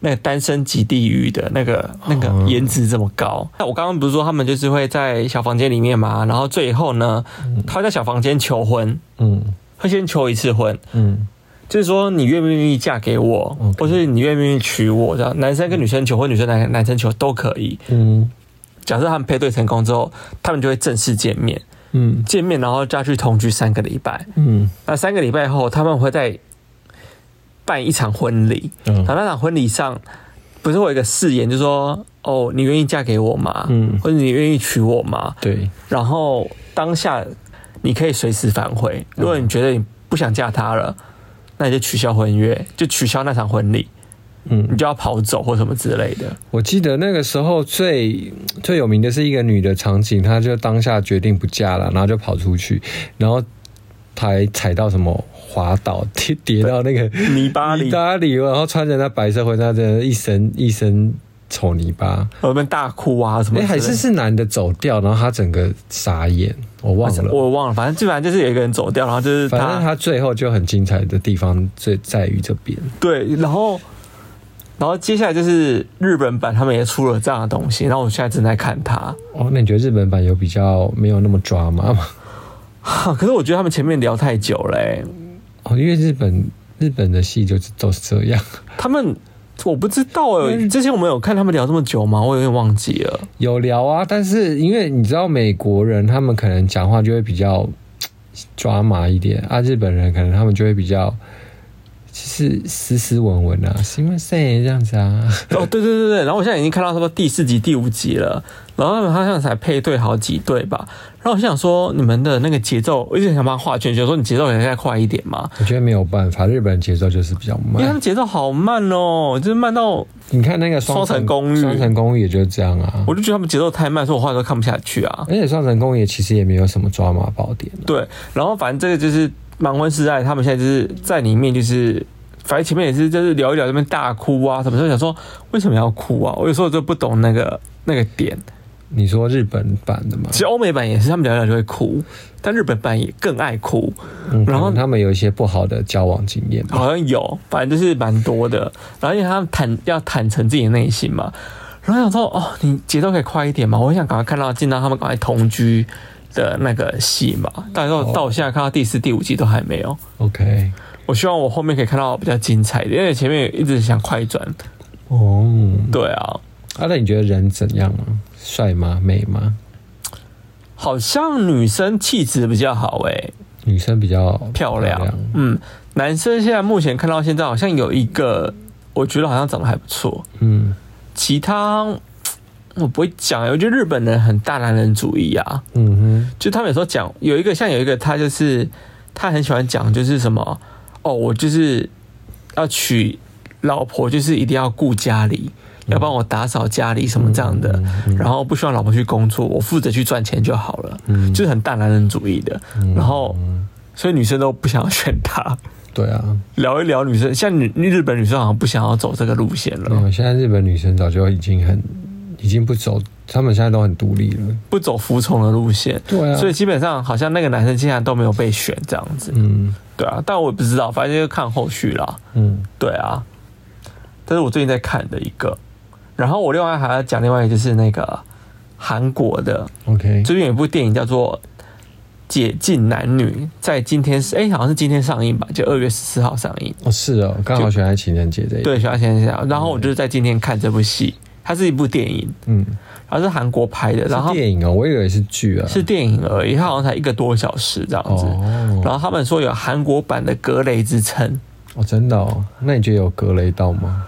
Speaker 1: 那个单身即地狱的那个那个
Speaker 3: 哦
Speaker 1: 颜值这么高，那、我刚刚不是说他们就是会在小房间里面嘛，然后最后呢，他会在小房间求婚，
Speaker 3: 嗯
Speaker 1: 会先求一次婚，
Speaker 3: 嗯
Speaker 1: 就是说你愿不愿意嫁给我
Speaker 3: OK
Speaker 1: 或是你愿不愿意娶我，这样男生跟女生求婚，女生男男生求都可以。
Speaker 3: 嗯
Speaker 1: 假设他们配对成功之后，他们就会正式见面，
Speaker 3: 嗯
Speaker 1: 见面然后就要去同居三个礼拜。
Speaker 3: 嗯
Speaker 1: 那三个礼拜后，他们会再办一场婚礼，
Speaker 3: 嗯
Speaker 1: 然后那场婚礼上不是会有一个誓言，就说哦，你愿意嫁给我吗？
Speaker 3: 嗯
Speaker 1: 或者你愿意娶我吗？
Speaker 3: 对，
Speaker 1: 然后当下你可以随时反悔，
Speaker 3: 嗯
Speaker 1: 如果你觉得你不想嫁他了，那你就取消婚约，就取消那场婚礼，
Speaker 3: 嗯
Speaker 1: 你，就要跑走或什么之类的。
Speaker 3: 我记得那个时候最最有名的是一个女的场景，她就当下决定不嫁了，然后就跑出去，然后还踩到什么滑倒，跌跌到那个
Speaker 1: 泥巴里
Speaker 3: 意，大利，然后穿着那白色婚纱，真的一身一身丑泥巴。
Speaker 1: 我们大哭啊什么之类
Speaker 3: 哎、
Speaker 1: 的。
Speaker 3: 还是是男的走掉，然后他整个傻眼，我忘了。
Speaker 1: 我忘了，反正基本上就是有一个人走掉，然后就是
Speaker 3: 反正他最后就很精彩的地方最在于这边，
Speaker 1: 对，然后然后接下来就是日本版，他们也出了这样的东西，然后我现在正在看它。
Speaker 3: 哦，那你觉得日本版有比较没有那么抓吗？
Speaker 1: 哈， 可是我觉得他们前面聊太久了、欸，
Speaker 3: 哦，因为日本日本的戏就是都是这样，
Speaker 1: 他们我不知道哎、
Speaker 3: 因为
Speaker 1: 之前我们有看他们聊这么久吗？我有点忘记了。
Speaker 3: 有聊啊，但是因为你知道美国人他们可能讲话就会比较抓马一点啊，日本人可能他们就会比较就是斯斯文文啊，是因为这样子啊，
Speaker 1: 哦，对对对对，然后我现在已经看到他们第四集、第五集了，然后他们好像才配对好几对吧。然后我想说，你们的那个节奏，我一直想帮他画圈圈，说你节奏可以再快一点嘛，
Speaker 3: 我觉得没有办法，日本人节奏就是比较
Speaker 1: 因为他们
Speaker 3: 慢。
Speaker 1: 节奏好慢哦，就是慢到
Speaker 3: 你看那个双
Speaker 1: 双层公寓
Speaker 3: 双层公寓也就是这样啊
Speaker 1: 我。就觉得他们节奏太慢，所以我画都看不下去啊。
Speaker 3: 而且双层公寓其实也没有什么抓马爆点、啊，
Speaker 1: 对，然后反正这个就是盲婚时代，他们现在就是在里面就是。反正前面也是，就是聊一聊这边大哭啊什么，就想说为什么要哭啊？我有时候就不懂那个那个点。
Speaker 3: 你说日本版的嘛
Speaker 1: 其，实欧美版也是，他们聊一聊就会哭，但日本版也更爱哭。
Speaker 3: 嗯，
Speaker 1: 然后
Speaker 3: 可能他们有一些不好的交往经验吧，
Speaker 1: 好像有，反正就是蛮多的。然后因为他们坦要坦诚自己的内心嘛，然后想说哦，你节奏可以快一点嘛，我很想赶快看到见到他们赶快同居的那个戏嘛。但是到
Speaker 3: 哦
Speaker 1: 到我现在看到第四、第五集都还没有，
Speaker 3: OK，
Speaker 1: 我希望我后面可以看到比较精彩的，因为前面一直想快转。
Speaker 3: 哦，
Speaker 1: 对啊，
Speaker 3: 阿乐，那你觉得人怎样啊？帅吗？美吗？
Speaker 1: 好像女生气质比较好诶、
Speaker 3: 女生比较
Speaker 1: 漂亮。嗯，男生现在目前看到现在好像有一个，我觉得好像长得还不错，
Speaker 3: 嗯
Speaker 1: 其他我不会讲，我觉得日本人很大男人主义啊，
Speaker 3: 嗯哼，
Speaker 1: 就他们有时候讲有一个像有一个他就是他很喜欢讲就是什么哦，我就是要娶老婆，就是一定要顾家里，要帮我打扫家里什么这样的，嗯然后不希望老婆去工作，我负责去赚钱就好了，就是很大男人主义的，然后所以女生都不想选他。
Speaker 3: 对啊，
Speaker 1: 聊一聊女生，像女日本女生好像不想要走这个路线
Speaker 3: 没
Speaker 1: 了，
Speaker 3: 有，现在日本女生早就已经很，已经不走，她们现在都很独立了。
Speaker 1: 不走服从的路线。
Speaker 3: 对啊，
Speaker 1: 所以基本上好像那个男生竟然都没有被选这样子，
Speaker 3: 嗯
Speaker 1: 对啊，但我也不知道，反正就看后续啦，
Speaker 3: 嗯
Speaker 1: 对啊。但是我最近在看的一个，然后我另外还要讲另外一个就是那个韩国的，
Speaker 3: ，OK，
Speaker 1: 最近有一部电影叫做《解禁男女》，在今天是哎、好像是今天上映吧，就二月十四号上映。
Speaker 3: 哦是哦，刚好选在情人节这一，
Speaker 1: 对，小先生，然后我就是在今天看这部戏，它是一部电影，
Speaker 3: 嗯，
Speaker 1: 然后是韩国拍的，然
Speaker 3: 是
Speaker 1: 后
Speaker 3: 电影哦，我以为是剧啊，
Speaker 1: 是电影而已，它好像才一个多小时这样子。
Speaker 3: 哦
Speaker 1: 然后他们说有韩国版的《格雷之称》，
Speaker 3: 哦，真的哦，那你觉得有隔雷到吗？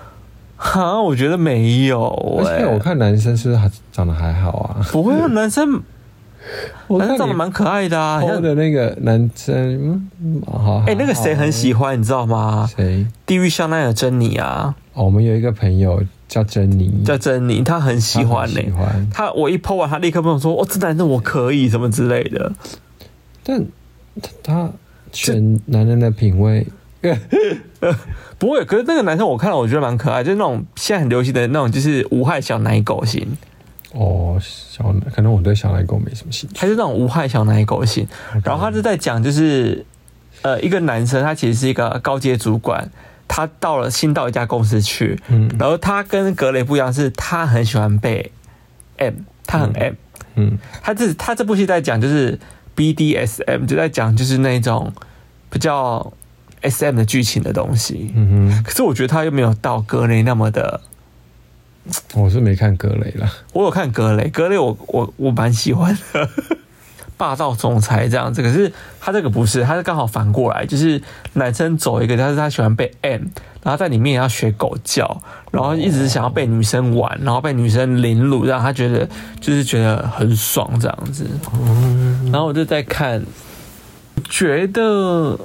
Speaker 1: 哈，我觉得没有、
Speaker 3: 而
Speaker 1: 哎，
Speaker 3: 且我看男生是不是还长得还好啊？
Speaker 1: 不会啊，男生
Speaker 3: 我
Speaker 1: 男
Speaker 3: 看
Speaker 1: 生长得蛮可爱的啊，好
Speaker 3: 高
Speaker 1: 像
Speaker 3: 的那个男生，嗯，好，
Speaker 1: 哎、那个谁很喜欢，你知道吗？
Speaker 3: 谁？
Speaker 1: 地狱香奈儿珍妮啊，
Speaker 3: 哦，我们有一个朋友叫珍妮，
Speaker 1: 叫珍妮，她很喜欢呢、
Speaker 3: 她很喜欢，
Speaker 1: 她我一 PO 完，她立刻跟我说：“哦，这男生我可以，什么之类的。
Speaker 3: 但他他选男人的品味，”
Speaker 1: 不会，可是那个男生我看了，我觉得蛮可爱，就是那种现在很流行的那种，就是无害小奶狗型，
Speaker 3: 哦，小奶可能我对小奶狗没什么兴趣。
Speaker 1: 他是那种无害小奶狗型。然后他是在讲，就是呃，一个男生，他其实是一个高阶主管，他到了新到一家公司去，
Speaker 3: 嗯
Speaker 1: 然后他跟格雷不一样，是他很喜欢被 M，他很 M，、
Speaker 3: 嗯，
Speaker 1: 他这他这部戏在讲就是 BDSM，就在讲就是那种比较 SM 的剧情的东西。
Speaker 3: 嗯
Speaker 1: 可是我觉得他又没有到格雷那么的。
Speaker 3: 哼，我是没看格雷啦。
Speaker 1: 我有看格雷，格雷我我我蛮喜欢的， 霸道总裁这样子。可是他这个不是，他是刚好反过来，就是男生走一个，但是他喜欢被 M，然后在里面也要学狗叫，然后一直想要被女生玩，然后被女生凌辱，让他觉得就是觉得很爽这样子。然后我就在看，觉得。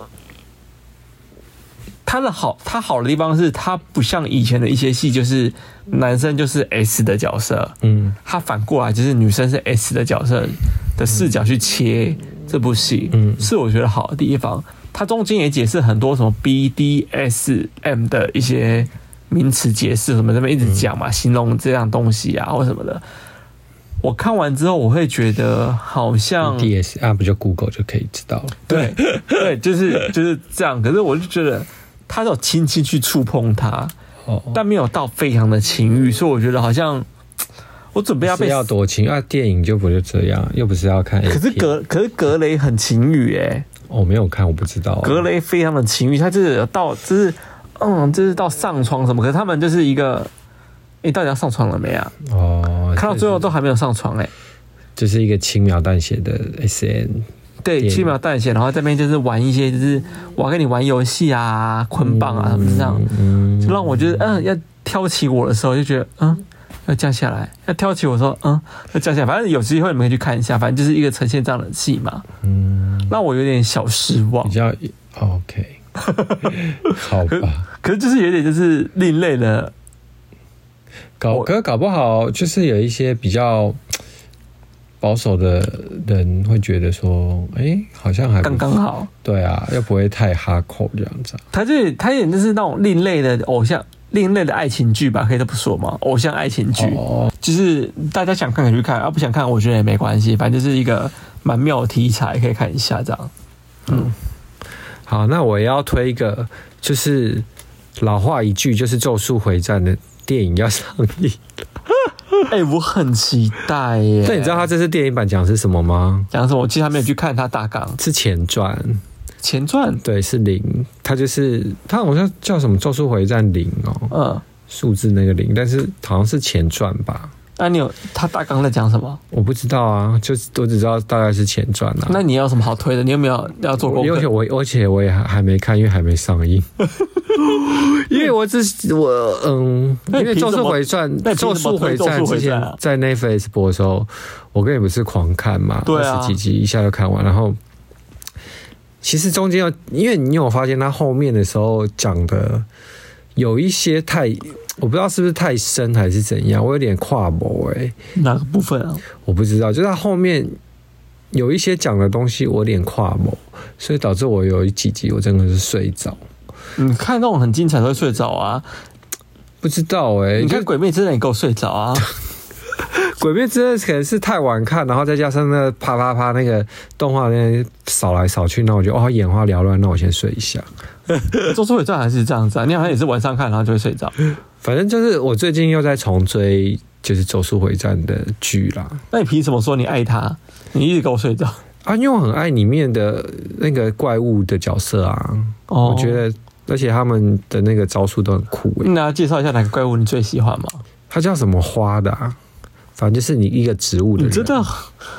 Speaker 1: 他的好，他好的地方是他不像以前的一些戏，就是男生就是 S 的角色，
Speaker 3: 嗯
Speaker 1: 他反过来就是女生是 S 的角色的视角去切这部戏，
Speaker 3: 嗯
Speaker 1: 是我觉得好的地方。它中间也解释很多什么 BDSM 的一些名词解释，什么这边一直讲
Speaker 3: 嗯
Speaker 1: 嘛，形容这样东西啊或什么的。我看完之后，我会觉得好像
Speaker 3: ，D S R 不就 Google 就可以知道了。
Speaker 1: 对 对，就是就是这样。可是我就觉得他有轻轻去触碰它，
Speaker 3: 哦，
Speaker 1: 但没有到非常的情欲，所以我觉得好像我准备要
Speaker 3: 是
Speaker 1: 被
Speaker 3: 要多情啊，电影就不就这样，又不是要看 A 片。哦
Speaker 1: 可是 格可是格雷很情欲哎、
Speaker 3: 我、没有看，我不知道、
Speaker 1: 格雷非常的情欲，他就是有到就是嗯，就是到上床什么，可是他们就是一个，诶，到底要上床了没啊？
Speaker 3: 哦，
Speaker 1: 看到最后
Speaker 3: 这
Speaker 1: 都还没有上床哎、
Speaker 3: 是就是一个轻描淡写的 S N，
Speaker 1: 对，
Speaker 3: 电影
Speaker 1: 轻描淡写，然后这边就是玩一些就是我要跟你玩游戏啊、捆绑啊什么这样，
Speaker 3: 嗯，
Speaker 1: 就让我觉得嗯，要挑起我的时候就觉得嗯。要降下来，要挑起我说，嗯，要降下来。反正有机会你们可以去看一下，反正就是一个呈现这样的戏嘛，
Speaker 3: 嗯，
Speaker 1: 让我有点小失望
Speaker 3: 比。较哦 OK，好吧，
Speaker 1: 可是就是有点就是另类的
Speaker 3: 搞
Speaker 1: 我
Speaker 3: 可搞不好就是有一些比较保守的人会觉得说，哎、好像还不
Speaker 1: 刚刚好，
Speaker 3: 对啊，又不会太哈口这样子啊、
Speaker 1: 他就是他有点就是那种另类的偶像、另类的爱情剧吧，可以这么说吗？偶像爱情剧，
Speaker 3: 哦，
Speaker 1: 就是大家想看可以去看，啊不想看我觉得也没关系，反正就是一个蛮妙的题材，可以看一下这 样。
Speaker 3: 好，那我也要推一个，就是老话一句，就是《咒术回战》的电影要上映。
Speaker 1: 哎、我很期待耶！
Speaker 3: 但你知道他这次电影版讲的是什么吗？
Speaker 1: 讲什么？我其实还没有去看他大纲
Speaker 3: 是前传，
Speaker 1: 前传，
Speaker 3: 对，是零，他就是他好像叫什么《咒术回战》零哦，
Speaker 1: 嗯，
Speaker 3: 数字那个零，但是好像是前传吧，
Speaker 1: 那、你有他大纲在讲什么？
Speaker 3: 我不知道啊，就是我只知道大概是前传啊。
Speaker 1: 那你有什么好推的？你有没有要做功
Speaker 3: 因为而且
Speaker 1: 课？
Speaker 3: 我而且我也还还没看，因为还没 上映。因为我只是我嗯，
Speaker 1: 那
Speaker 3: 因
Speaker 1: 你
Speaker 3: 为《
Speaker 1: 凭
Speaker 3: 咒
Speaker 1: 什
Speaker 3: 术
Speaker 1: 么
Speaker 3: 回战》
Speaker 1: 那
Speaker 3: 《
Speaker 1: 你凭
Speaker 3: 咒
Speaker 1: 什
Speaker 3: 术
Speaker 1: 么
Speaker 3: 回
Speaker 1: 推
Speaker 3: 战
Speaker 1: 咒》术
Speaker 3: 之
Speaker 1: 回
Speaker 3: 前
Speaker 1: 战啊
Speaker 3: 在 Netflix 播的时候，我跟你不是狂看嘛，
Speaker 1: 对啊
Speaker 3: 二十几集一下就看完，然后。其实中间要，因为你有发现他后面的时候讲的有一些太，我不知道是不是太深还是怎样，我有点跨模哎、
Speaker 1: 哪个部分啊？
Speaker 3: 我不知道，就是他后面有一些讲的东西我有点跨某，所以导致我有几集我真的是睡着，
Speaker 1: 你嗯看那种很精彩都会睡着啊！
Speaker 3: 不知道哎、
Speaker 1: 你
Speaker 3: 就
Speaker 1: 看《鬼灭之刃》也够睡着啊！
Speaker 3: 《鬼灭之刃》可能是太晚看，然后再加上那个啪啪啪那个动画那边扫来扫去，那我就哦眼花缭乱，那我先睡一下。
Speaker 1: 《咒术回战》还是这样子啊？你好像也是晚上看，然后就会睡着。
Speaker 3: 反正就是我最近又在重追就是《咒术回战》的剧啦，
Speaker 1: 那你凭什么说你爱他？你一直给我睡着。
Speaker 3: 啊，因为我很爱里面的那个怪物的角色啊，
Speaker 1: 哦
Speaker 3: 我觉得而且他们的那个招数都很酷欸诶、
Speaker 1: 那介绍一下哪个怪物你最喜欢吗？
Speaker 3: 它叫什么花的啊？反正就是你一个植物的
Speaker 1: 你真
Speaker 3: 人，
Speaker 1: 的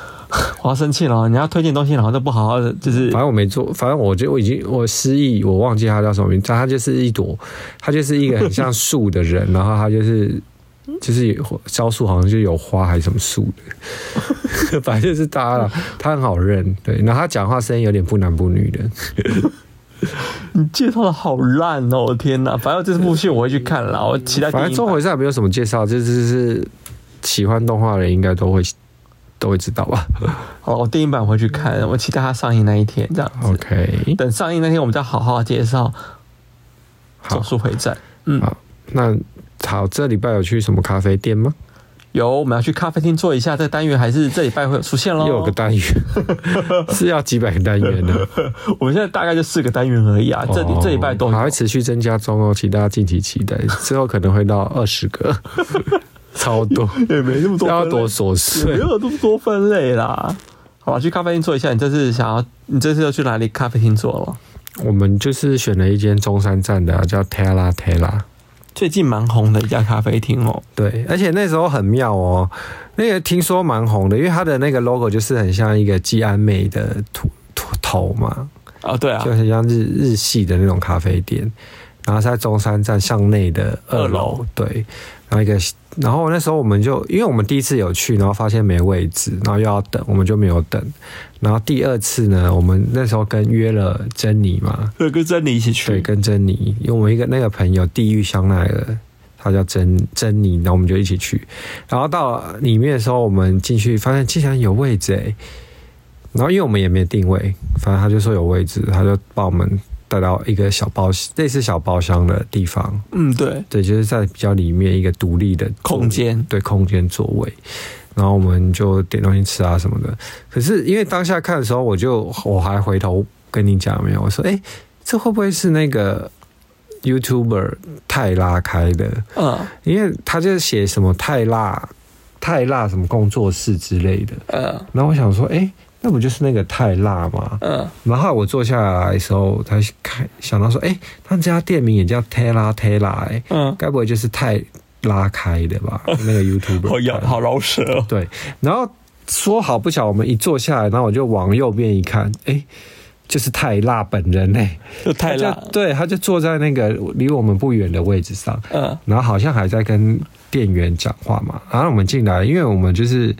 Speaker 1: 我要生气了，你要推荐东西，然后都不好好的，就是
Speaker 3: 反正我没做，反正我就我已经我失忆，我忘记他叫什么名字，但他就是一朵，他就是一个很像树的人，然后他就是 就是有招树，好像就有花还是什么树的， 反正就是他了，他很好认，对，然后他讲话声音有点不男不女的，
Speaker 1: 你介绍的好烂哦！我天哪，反正这部戏我会去看啦，我期待第一
Speaker 3: 反
Speaker 1: 版。
Speaker 3: 正《中回战》没有什么介绍，这就是喜欢动画的人应该都会都会知道吧
Speaker 1: 好哦了，我电影版会去看，我期待它上映那一天，这样子。
Speaker 3: ？OK，
Speaker 1: 等上映那天，我们再好好介绍《咒
Speaker 3: 好，
Speaker 1: 术回战》。嗯，
Speaker 3: 好，那好，这礼拜有去什么咖啡店吗？
Speaker 1: 有我们要去咖啡厅坐一下，这个单元还是这礼拜会有出现喽。
Speaker 3: 又有个单 元，是要几百个单元的。
Speaker 1: 我们现在大概就四个单元而已啊，这里、
Speaker 3: 哦
Speaker 1: 这礼拜都有
Speaker 3: 还会持续增加中哦，请大家敬请期 待。之后可能会到二十个，超多，
Speaker 1: 也没那么多分类，
Speaker 3: 要多琐
Speaker 1: 也没
Speaker 3: 碎。
Speaker 1: 有那么多分类啦。好了，去咖啡厅坐一下。你这次想要，你这次要去哪里咖啡厅坐了？
Speaker 3: 我们就是选了一间中山站的、啊，叫 Tela Tela。
Speaker 1: 最近蛮红的一家咖啡厅哦，
Speaker 3: 对，而且那时候很妙哦，那个听说蛮红的，因为它的那个 logo 就是很像一个季安美的图图头嘛，
Speaker 1: 啊，对啊
Speaker 3: 就，很像日日系的那种咖啡店，然后是在中山站巷内的二
Speaker 1: 二
Speaker 3: 楼
Speaker 1: 楼，
Speaker 3: 对，然后一个，然后那时候我们就，因为我们第一次有去，然后发现没位置，然后又要等，我们就没有等，然后第二次呢，我们那时候跟约了珍妮嘛，
Speaker 1: 对，跟珍妮一起
Speaker 3: 对，
Speaker 1: 去。
Speaker 3: 跟珍妮，因为我们一个那个朋友地狱香奈儿，他叫珍珍妮，然后我们就一起去。然后到里面的时候，我们进去发现竟然有位置哎、然后因为我们也没定位，反正他就说有位置，他就把我们带到一个小包类似小包厢的地方，
Speaker 1: 嗯，对，
Speaker 3: 对，就是在比较里面一个独立的座位
Speaker 1: 空间
Speaker 3: 对空间座位。然后我们就点东西吃啊什么的。可是因为当下看的时候，我就我还回头跟你讲没有，我说哎、诶这会不会是那个 YouTuber 泰拉开的？
Speaker 1: 嗯
Speaker 3: 因为他就写什么泰辣泰辣什么工作室之类的。
Speaker 1: 嗯
Speaker 3: 然后我想说，哎、那不就是那个泰辣吗？
Speaker 1: 嗯，
Speaker 3: 然后我坐下来的时候，才看想到说，哎、他们这家店名也叫泰拉泰拉、诶
Speaker 1: 嗯，
Speaker 3: 该不会就是泰拉开的吧？那个 YouTuber
Speaker 1: 好咬好饶舌哦。
Speaker 3: 对，然后说好不巧，我们一坐下来，然后我就往右边一看，哎，就是泰辣本人嘞、
Speaker 1: 就太辣
Speaker 3: 他就，对，他就坐在那个离我们不远的位置上，
Speaker 1: 嗯
Speaker 3: 然后好像还在跟店员讲话嘛。然后我们进来，因为我们就是。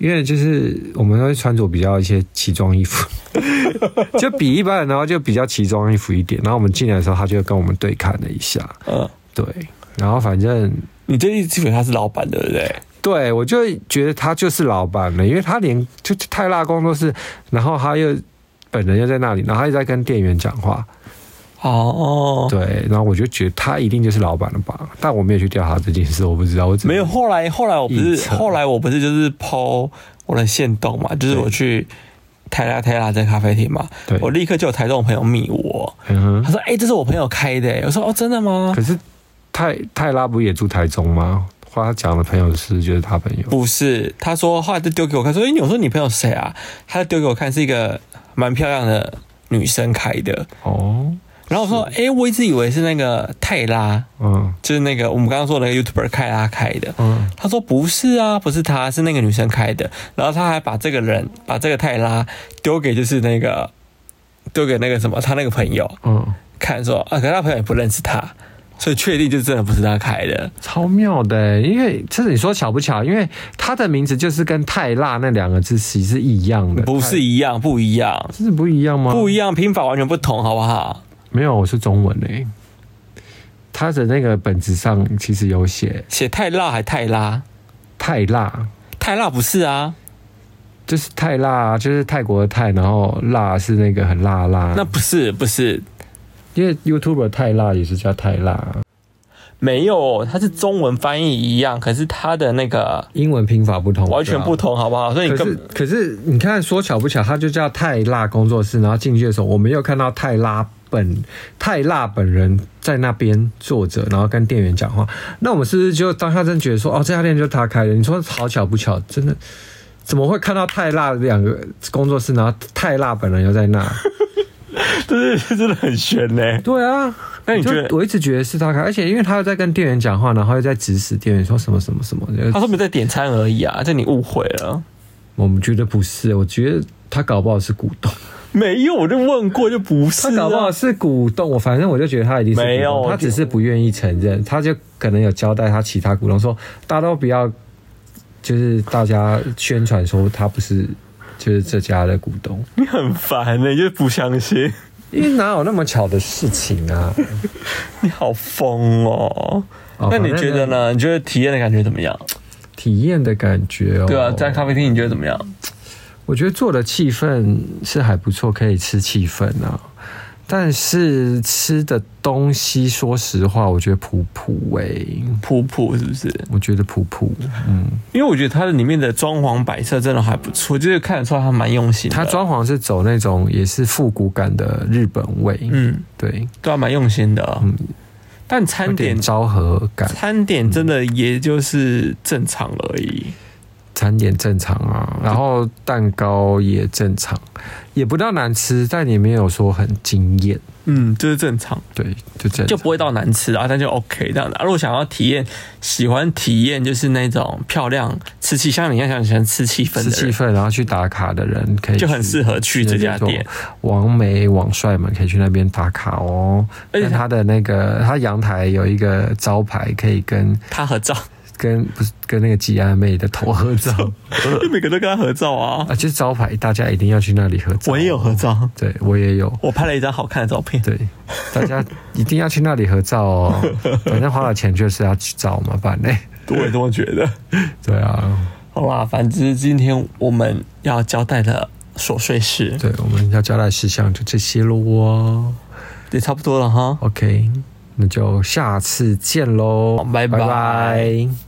Speaker 3: 因为就是我们会穿着比较一些奇装异服，就比一般人，然后就比较奇装异服一点。然后我们进来的时候，他就跟我们对看了一下，
Speaker 1: 嗯，
Speaker 3: 对。然后反正
Speaker 1: 你这一直以为他是老板，对不对？
Speaker 3: 对，我就觉得他就是老板了，因为他连就就泰辣工作室，然后他又本人又在那里，然后他又在跟店员讲话，
Speaker 1: 哦，
Speaker 3: 对，然后我就觉得他一定就是老板了吧？但我没有去调查这件事，我不知道，我只
Speaker 1: 没有。后来后来我不
Speaker 3: 臆
Speaker 1: 是
Speaker 3: 测
Speaker 1: 后来我不是就是抛我的线动嘛，就是
Speaker 3: 对
Speaker 1: 我去泰拉泰拉这咖啡厅嘛
Speaker 3: 对，
Speaker 1: 我立刻就有台中朋友密我，
Speaker 3: 嗯
Speaker 1: 他
Speaker 3: 哼，
Speaker 1: 说：“哎、这是我朋友开的。”我说：“哦，真的吗
Speaker 3: 可是泰泰拉不也住台中吗？花讲的朋友是就是他朋？”友，
Speaker 1: 不是，他说后来就丢给我看，说：“哎、你我说你朋友谁啊？”他就丢给我看是一个蛮漂亮的女生开的，
Speaker 3: 哦，
Speaker 1: 然后我说：“哎、我一直以为是那个泰拉，
Speaker 3: 嗯
Speaker 1: 就是那个我们刚刚说的那个 YouTuber 泰拉开的。”
Speaker 3: 嗯，
Speaker 1: 他说不是啊，不是他，是那个女生开的。然后他还把这个人，把这个泰拉丢给就是那个丢给那个什么他那个朋友
Speaker 3: 嗯，
Speaker 1: 看说，啊，可是他朋友也不认识他，所以确定就真的不是他开的。
Speaker 3: 超妙的欸，因为这你说巧不巧？因为他的名字就是跟泰辣那两个字其实是一样的，
Speaker 1: 不是
Speaker 3: 泰，
Speaker 1: 一样，不一样，
Speaker 3: 是不一样吗？
Speaker 1: 不一样，拼法完全不同，好不好？
Speaker 3: 没有，我是中文诶、他的那个本子上其实有写
Speaker 1: 写泰辣还泰拉，
Speaker 3: 泰辣，
Speaker 1: 泰辣不是啊，
Speaker 3: 就是泰辣，啊就是泰国的泰，然后辣是那个很辣辣。
Speaker 1: 那不是不是，
Speaker 3: 因为 YouTuber 泰辣也是叫泰辣，啊
Speaker 1: 没有，它是中文翻译一样，可是它的那个
Speaker 3: 英文拼法不同，
Speaker 1: 完全不
Speaker 3: 同。
Speaker 1: 同，好不好？所以你
Speaker 3: 可
Speaker 1: 根
Speaker 3: 是
Speaker 1: 本
Speaker 3: 可是你看说巧不巧，他就叫泰辣工作室，然后进去的时候，我们又看到泰辣本泰辣本人在那边坐着，然后跟店员讲话。那我们是不是就当下真觉得说，哦，这家店就是他开的？你说好巧不巧，真的 怎么会看到泰辣两个工作室，然后泰辣本人又在那？
Speaker 1: 就是真的很悬呢、
Speaker 3: 对啊，
Speaker 1: 那你
Speaker 3: 就
Speaker 1: 觉得
Speaker 3: 我一直觉得是他开，而且因为他又在跟店员讲话，然后又在指使店员说什么什么什么，
Speaker 1: 他说没在点餐而已啊，这你误会了。
Speaker 3: 我们觉得不是，我觉得他搞不好是股东，
Speaker 1: 没有，我就问过，就不是、
Speaker 3: 他
Speaker 1: 啊。
Speaker 3: 搞不好是股东。我反正我就觉得他一定是股东
Speaker 1: 没有
Speaker 3: 他只是不愿意承认，他就可能有交代他其他股东说，大家都不要，就是大家宣传说他不是就是这家的股东，
Speaker 1: 你很烦欸呢、你就是不相信，
Speaker 3: 因为哪有那么巧的事情啊？
Speaker 1: 你好疯哦。
Speaker 3: 哦
Speaker 1: 那你觉得呢？你觉哦得体验的感觉怎么样？
Speaker 3: 体验的感觉哦，
Speaker 1: 对啊，在咖啡厅你觉得怎么样？
Speaker 3: 我觉得做的气氛是还不错，可以吃气氛啊。但是吃的东西，说实话，我觉得普普哎、
Speaker 1: 普普是不是？
Speaker 3: 我觉得普普，嗯
Speaker 1: 因为我觉得它的里面的装潢摆设真的还不错，就是看得出来它蛮用心的。
Speaker 3: 它装潢是走那种也是复古感的日本味，
Speaker 1: 嗯，
Speaker 3: 对，
Speaker 1: 对啊，蛮用心的。但餐
Speaker 3: 有
Speaker 1: 点
Speaker 3: 点昭和感，
Speaker 1: 餐点真的也就是正常而已。
Speaker 3: 餐点正常
Speaker 1: 嗯
Speaker 3: 啊，然后蛋糕也正常，也不到难吃，但也没有说很惊艳，
Speaker 1: 嗯，就是正常，
Speaker 3: 对，就正常
Speaker 1: 就不会到难吃啊，但就 OK 这样的、啊。如果想要体验，喜欢体验就是那种漂亮吃气，像你一样想喜欢吃气氛的
Speaker 3: 吃气
Speaker 1: 人，
Speaker 3: 氛，然后去打卡的人可以
Speaker 1: 就很
Speaker 3: 去
Speaker 1: 适合去这家店。，
Speaker 3: 王美网帅们可以去那边打卡哦。
Speaker 1: 而
Speaker 3: 而
Speaker 1: 且
Speaker 3: 且
Speaker 1: 它
Speaker 3: 他的那个他阳台有一个招牌，可以跟
Speaker 1: 他合照，
Speaker 3: 跟不是跟那个吉安妹的头合照
Speaker 1: 每个都跟他合照啊。
Speaker 3: 啊，就是招牌，大家一定要去那里合照。
Speaker 1: 我也有合，照，
Speaker 3: 对我也有。
Speaker 1: 我拍了一张好看的照片。
Speaker 3: 对，大家一定要去那里合照哦。反正花了钱就是要去照嘛，反正
Speaker 1: 我也这么觉得。
Speaker 3: 对啊，
Speaker 1: 好啦，反正今天我们要交代的琐碎事
Speaker 3: 对，我们要交代事项就这些喽哦。
Speaker 1: 也差不多了哈。
Speaker 3: OK，那就下次见喽，
Speaker 1: 好拜拜
Speaker 3: 拜